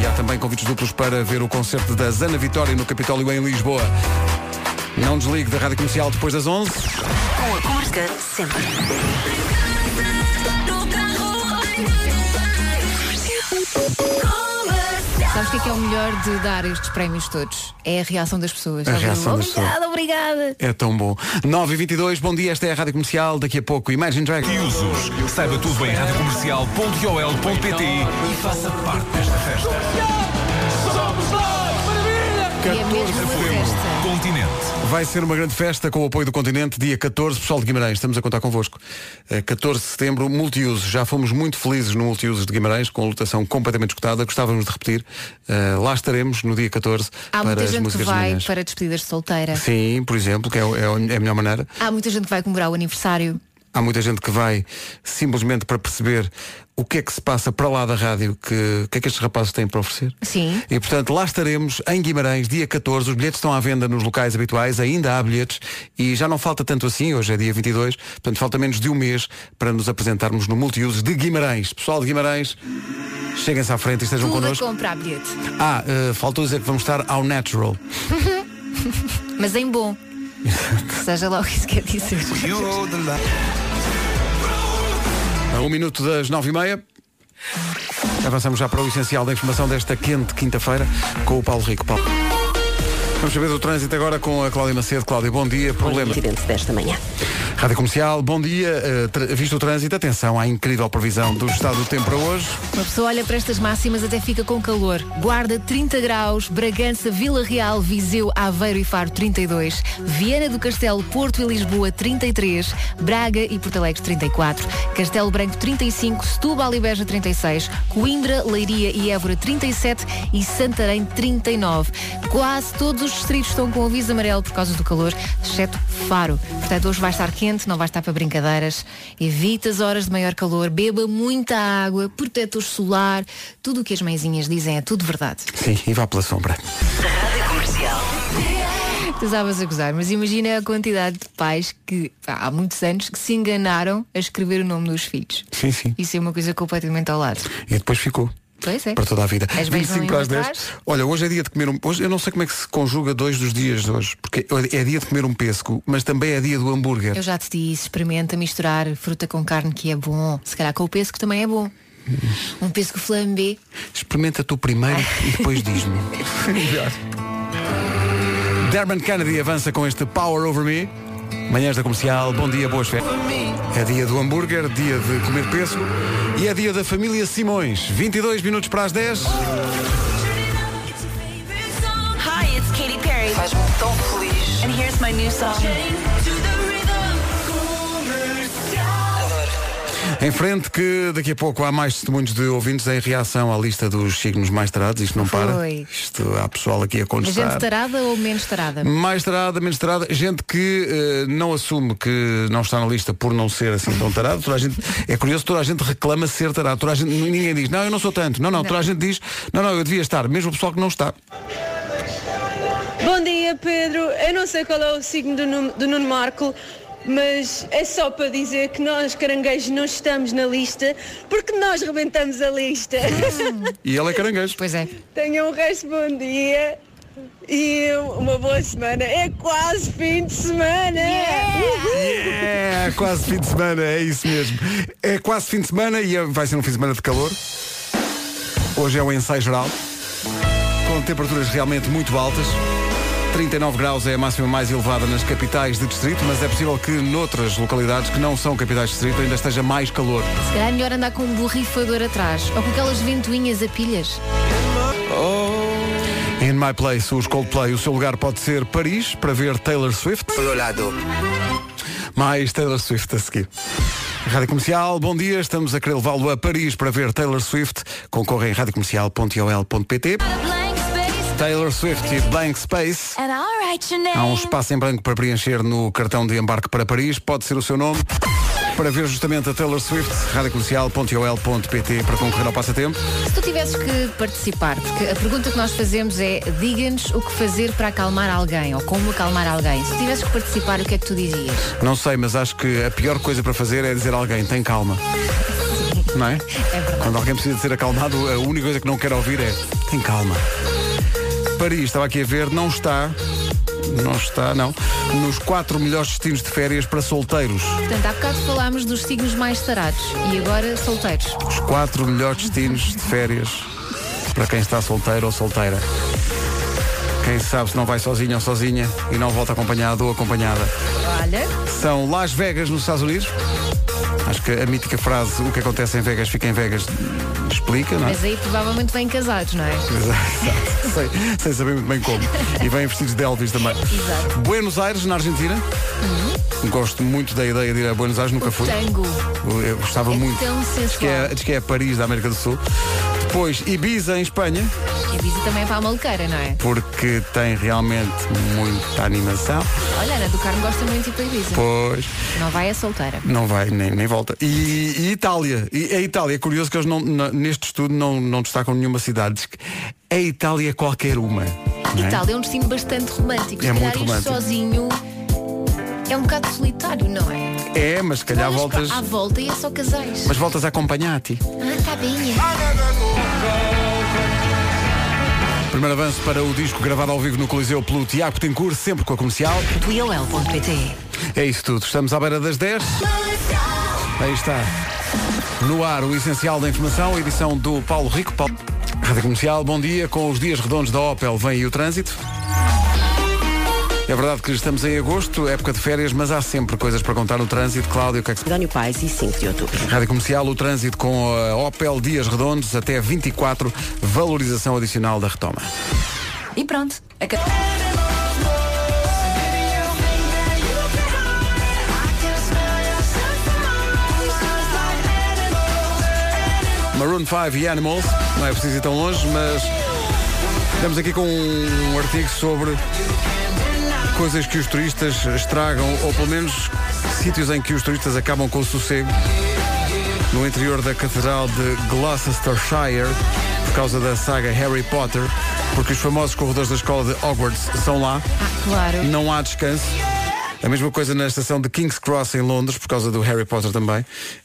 S1: E há também convites duplos para ver o concerto da Zana Vitória no Capitólio em Lisboa. Não desligue da Rádio Comercial depois das 11.
S11: Com a comarca sempre.
S4: Sabes o que é, que é o melhor de dar estes prémios todos? É a reação das pessoas.
S1: A
S4: Elas dizem,
S1: reação das pessoas.
S4: obrigada, obrigada.
S1: É tão bom. 9 e 22 bom dia, esta é a Rádio Comercial. Daqui a pouco, Imagine Dragons.
S15: E usos. Saiba tudo em radiocomercial.ol.pt e faça parte desta festa.
S5: Somos nós, maravilha!
S4: E é mesmo uma festa.
S1: Continente. Vai ser uma grande festa com o apoio do Continente, dia 14, pessoal de Guimarães, estamos a contar convosco. Eh, 14 de setembro, multiusos. Já fomos muito felizes no multiusos de Guimarães, com a lotação completamente escutada, gostávamos de repetir. Eh, lá estaremos no dia 14
S4: Há
S1: para
S4: muita
S1: as
S4: gente que
S1: músicas
S4: vai
S1: de manhã.
S4: para despedidas de solteira.
S1: Sim, por exemplo, que é, o- é o- é a melhor maneira.
S4: Há muita gente que vai comemorar o aniversário.
S1: Há muita gente que vai simplesmente para perceber o que é que se passa para lá da rádio, que, o que é que estes rapazes têm para oferecer.
S4: Sim.
S1: E portanto lá estaremos em Guimarães, dia 14. Os bilhetes estão à venda nos locais habituais, ainda há bilhetes e já não falta tanto assim, hoje é dia 22, portanto falta menos de um mês para nos apresentarmos no Multiusos de Guimarães. Pessoal de Guimarães, cheguem-se à frente e estejam
S4: Tudo
S1: connosco.
S4: a comprar bilhete.
S1: Ah, eh, faltou dizer que vamos estar ao natural.
S4: Mas em bom. Seja lá o que isso quer dizer.
S1: A um minuto das nove e meia. Avançamos já para o essencial da informação desta quente quinta-feira com o Paulo Rico. Paulo. Vamos saber do trânsito agora com a Cláudia Macedo. Cláudia, bom dia. Problema.
S3: Acidente desta manhã.
S1: Rádio Comercial, bom dia. Eh, tra- visto o trânsito, atenção à incrível previsão do estado do tempo para hoje.
S4: Uma pessoa olha para estas máximas até fica com calor. Guarda 30 graus, Bragança, Vila Real, Viseu, Aveiro e Faro 32, Viana do Castelo, Porto e Lisboa 33, Braga e Porto Alegre 34, Castelo Branco 35, Setúbal e Beja 36, Coimbra, Leiria e Évora 37 e Santarém 39. Quase todos os distritos estão com aviso amarelo por causa do calor, exceto Faro. Portanto, hoje vai estar quente, não vai estar para brincadeiras. Evite as horas de maior calor, beba muita água, protetor solar. Tudo o que as mãezinhas dizem é tudo verdade.
S1: Sim, e vá pela sombra.
S4: Tu estavas a gozar, mas imagina a quantidade de pais que pá, há muitos anos que se enganaram a escrever o nome dos filhos.
S1: Sim, sim.
S4: Isso é uma coisa completamente ao lado.
S1: E depois ficou.
S4: Pois é.
S1: Para toda a vida.
S4: As mães não iam
S1: para as
S4: atrás.
S1: Olha, hoje é dia de comer um. Hoje eu não sei como é que se conjuga dois dos dias de hoje, porque é dia de comer um pesco, mas também é dia do hambúrguer.
S4: Eu já te disse, experimenta misturar fruta com carne que é bom. Se calhar com o pesco também é bom. Um pesco flambé.
S1: Experimenta tu primeiro e depois diz-me. Derman Kennedy avança com este Power Over Me. Manhãs da comercial, bom dia, boas férias. É dia do hambúrguer, dia de comer peso e é dia da família Simões. 22 minutos para as 10.
S11: Hi, it's Katy Perry. Faz-me um tão feliz. And here's my new song.
S1: Em frente que daqui a pouco há mais testemunhos de ouvintes em reação à lista dos signos mais tarados. Isto não para.
S4: Foi.
S1: Isto há pessoal aqui a
S4: Mas Gente
S1: contestar.
S4: tarada ou menos tarada?
S1: Mais tarada, menos tarada, gente que eh, não assume que não está na lista por não ser assim tão tarado. Toda a gente, é curioso, toda a gente reclama ser tarado. Toda a gente, ninguém diz, não, eu não sou tanto. Não, não, toda a gente diz, não, não, eu devia estar. Mesmo o pessoal que não está.
S16: Bom dia, Pedro. Eu não sei qual é o signo do, Nuno- do Nuno Marco, mas é só para dizer que nós, caranguejos, não estamos na lista porque nós rebentamos a
S1: <laughs>
S16: lista.
S1: E ele é caranguejo.
S4: Pois é.
S16: Tenham um resto de bom dia e uma boa semana. É quase fim de semana!
S1: É quase fim de semana, é isso mesmo. É quase fim de semana e é- vai ser um fim de semana de calor. Hoje é o ensaio geral, com temperaturas realmente muito altas. 39 graus é a máxima mais elevada nas capitais de distrito, mas é possível que noutras localidades que não são capitais de distrito ainda esteja mais calor.
S4: Se calhar é melhor andar com um borrifador atrás ou com aquelas ventoinhas a pilhas.
S1: In My Place, os Coldplay, o seu lugar pode ser Paris para ver Taylor Swift. Mais Taylor Swift a seguir. Rádio Comercial, bom dia. Estamos a querer levá-lo a Paris para ver Taylor Swift. Concorre em radiocomercial.ol.pt Taylor Swift e Blank Space.
S11: And I'll write your name.
S1: Há um espaço em branco para preencher no cartão de embarque para Paris. Pode ser o seu nome. Para ver justamente a Taylor Swift, radiocomercial.ol.pt para concorrer ao passatempo.
S4: Se tu tivesses que participar, porque a pergunta que nós fazemos é diga-nos o que fazer para acalmar alguém ou como acalmar alguém. Se tivesses que participar, o que é que tu dizias?
S1: Não sei, mas acho que a pior coisa para fazer é dizer a alguém, tem calma. Não é? Quando alguém precisa de ser acalmado, a única coisa que não quer ouvir é tem calma. Paris, estava aqui a ver, não está, não está, não, nos quatro melhores destinos de férias para solteiros.
S4: Portanto, há bocado falámos dos signos mais tarados e agora solteiros.
S1: Os quatro melhores destinos de férias para quem está solteiro ou solteira. Quem sabe se não vai sozinho ou sozinha e não volta acompanhado ou acompanhada.
S4: Olha,
S1: São Las Vegas, nos Estados Unidos. Acho Acho que a mítica frase o que acontece em Vegas fica em Vegas explica, não é?
S4: Mas aí provavelmente vêm casados, não é?
S1: <laughs> Exato. sem, sem saber muito bem como. E vêm vestidos de Elvis também.
S4: Exato.
S1: Buenos Aires, na Argentina. Gosto muito da ideia de ir a Buenos Aires, nunca fui.
S4: Tango.
S1: Eu gostava
S4: É
S1: muito.
S4: tão sensual.
S1: Diz que, é, diz que é Paris da América do Sul. Depois, Ibiza, em Espanha,
S4: E diz também é para a maluqueira, não é?
S1: porque tem realmente muita animação.
S4: Olha, Ana do Carmo gosta muito de ir para Ibiza.
S1: Pois.
S4: Não vai é solteira.
S1: Não vai, nem, nem volta. E, e Itália. E a Itália, é curioso que eles não, na- neste estudo não, não destacam nenhuma cidade. Diz que a Itália é qualquer uma. não é?
S4: Itália é um destino bastante romântico. Se
S1: É
S4: calhar
S1: muito
S4: ir
S1: romântico.
S4: sozinho é um bocado solitário, não é?
S1: É, mas se calhar
S4: Olhas
S1: voltas.
S4: para- À volta e é só casais.
S1: Mas voltas a acompanhar-te.
S4: Ah, tá bem.
S1: Primeiro avanço para o disco gravado ao vivo no Coliseu pelo Tiago Tencourt, sempre com a comercial.
S11: Do IOL.pt
S1: É isso tudo. Estamos à beira das 10. Aí está. No ar, o essencial da informação, edição do Paulo Rico. Paulo... Rádio Comercial, bom dia. Com os dias redondos da Opel, vem aí o trânsito. É verdade que estamos em agosto, época de férias, mas há sempre coisas para contar no trânsito. Cláudio, o que é que se...
S3: António Pais e 5 de outubro.
S1: Rádio Comercial, o trânsito com a Opel, dias redondos, até 24, valorização adicional da retoma.
S11: E pronto.
S1: É
S11: Acabou.
S4: Ah,
S1: Maroon 5 e Animals, não é preciso ir tão longe, mas estamos aqui com um artigo sobre coisas que os turistas estragam, ou pelo menos sítios em que os turistas acabam com o sossego. No interior da Catedral de Gloucestershire, por causa da saga Harry Potter, porque os famosos corredores da escola de Hogwarts são lá.
S4: Claro.
S1: Não há descanso. A mesma coisa na estação de King's Cross em Londres, por causa do Harry Potter também.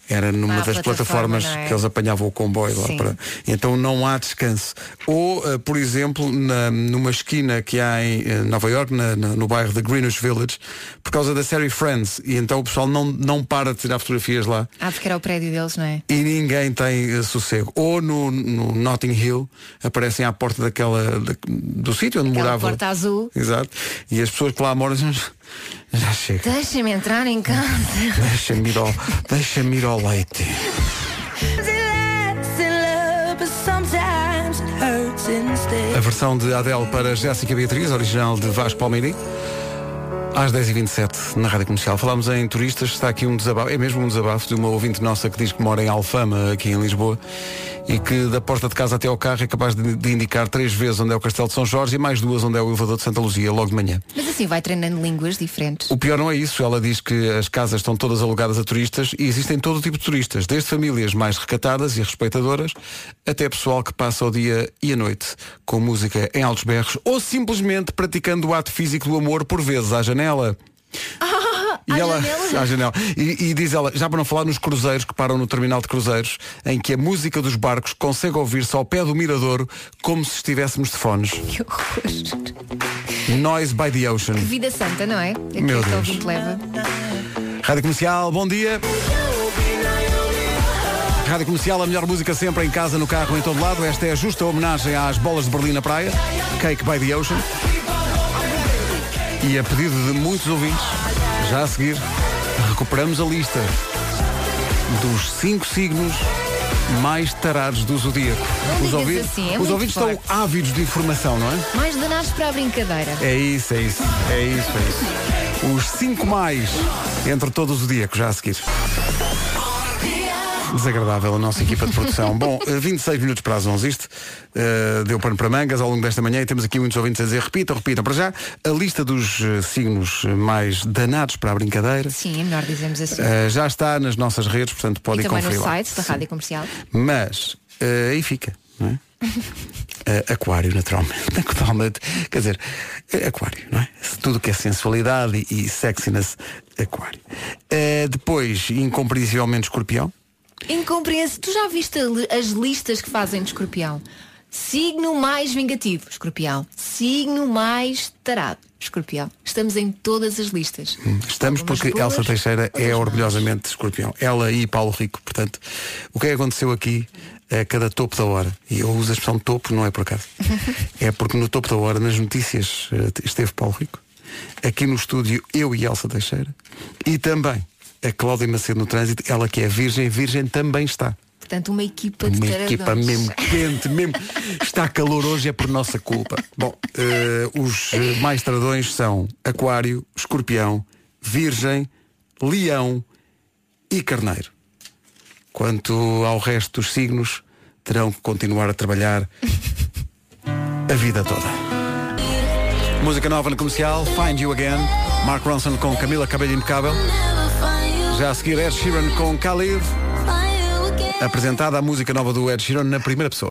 S1: Era numa
S4: Ah,
S1: das
S4: plataforma,
S1: plataformas
S4: não é?
S1: que eles apanhavam o comboio lá
S4: Sim.
S1: para. Então não há descanso. Ou, eh, por exemplo, na- numa esquina que há em eh, Nova York, no bairro de Greenwich Village, por causa da série Friends. E então o pessoal não, não para de tirar fotografias lá
S4: Ah, porque era o prédio deles, não é?
S1: e ninguém tem eh, sossego. Ou no, no Notting Hill aparecem à porta daquela da- do sítio onde
S4: Aquela
S1: morava.
S4: porta azul.
S1: Exato. E as pessoas que lá moram dizem, já chega.
S4: <laughs> Deixa-me entrar em casa.
S1: Deixa-me ir ao, deixa-me ir ao leite. A versão de Adele para Jéssica Beatriz, original de Vasco Palmeirim. Às 10h27 na Rádio Comercial. Falámos em turistas, está aqui um desabafo, é mesmo um desabafo de uma ouvinte nossa que diz que mora em Alfama, aqui em Lisboa, e que da porta de casa até ao carro é capaz de, de indicar três vezes onde é o Castelo de São Jorge e mais duas onde é o elevador de Santa Luzia, logo de manhã.
S4: Mas assim vai treinando línguas diferentes.
S1: O pior não é isso, ela diz que as casas estão todas alugadas a turistas e existem todo tipo de turistas, desde famílias mais recatadas e respeitadoras, até pessoal que passa o dia e a noite com música em altos berros ou simplesmente praticando o ato físico do amor por vezes à janela.
S4: Ah, <laughs> à
S1: ela, <laughs>
S4: janela.
S1: à janela. E, e diz ela, já para não falar nos cruzeiros que param no terminal de cruzeiros, em que a música dos barcos consegue ouvir-se ao pé do miradouro como se estivéssemos de fones.
S4: Que horror.
S1: Noise by the
S4: Que
S1: ocean.
S4: vida santa, não é? Aqui
S1: Meu
S4: que
S1: Deus.
S4: ouvinte leva.
S1: Rádio Comercial, bom dia. Rádio Comercial, a melhor música sempre em casa, no carro, em todo lado. Esta é a justa homenagem às bolas de Berlim na praia, Cake by the Ocean. E a pedido de muitos ouvintes, já a seguir, recuperamos a lista dos cinco signos mais tarados do zodíaco.
S4: Não
S1: Os,
S4: digas
S1: ouvintes-
S4: assim, é
S1: os
S4: muito
S1: ouvintes estão ávidos de informação, não é?
S4: Mais danados para a brincadeira.
S1: É isso, é isso, é isso, é isso. Os cinco mais entre todos os dias, já a seguir. Desagradável a nossa equipa de produção. Bom, eh, 26 minutos para as 11. Isto eh, deu pano para mangas ao longo desta manhã e temos aqui muitos ouvintes a dizer repitam, repitam. Para já, a lista dos eh, signos mais danados para a brincadeira
S4: Sim, é melhor dizermos assim.
S1: eh, já está nas nossas redes, portanto pode
S4: e
S1: ir
S4: também
S1: conferir
S4: no
S1: lá.
S4: site da Rádio Comercial.
S1: Mas eh, aí fica, não é? Eh, aquário, naturalmente. <laughs> naturalmente. Quer dizer, eh, aquário, não é? Se Tudo o que é sensualidade e, e sexiness, aquário. Eh, depois, incompreensivelmente escorpião.
S4: Incompreensível. Tu já viste a li- as listas que fazem de escorpião? Signo mais vingativo, escorpião. Signo mais tarado, escorpião. Estamos em todas as listas.
S1: Hum. Estamos porque
S4: boas,
S1: Elsa Teixeira é orgulhosamente escorpião. Ela e Paulo Rico, portanto, o que é que aconteceu aqui a cada topo da hora? E eu uso a expressão topo, não é por acaso. é porque no topo da hora, nas notícias, eh, esteve Paulo Rico. Aqui no estúdio, eu e Elsa Teixeira. E também a Cláudia Macedo no trânsito, ela que é virgem, virgem também está.
S4: Portanto, uma equipa de
S1: Uma
S4: taradões.
S1: equipa
S4: <laughs>
S1: mesmo quente, mesmo. Está calor hoje, é por nossa culpa. Bom, eh, os eh, mais tradões são Aquário, Escorpião, Virgem, Leão e Carneiro. Quanto ao resto dos signos, terão que continuar a trabalhar a vida toda. Música nova no comercial, Find You Again, Mark Ronson com Camila Cabello Impecável. Já a seguir, Ed Sheeran com Khalid. Apresentada a música nova do Ed Sheeran na primeira pessoa.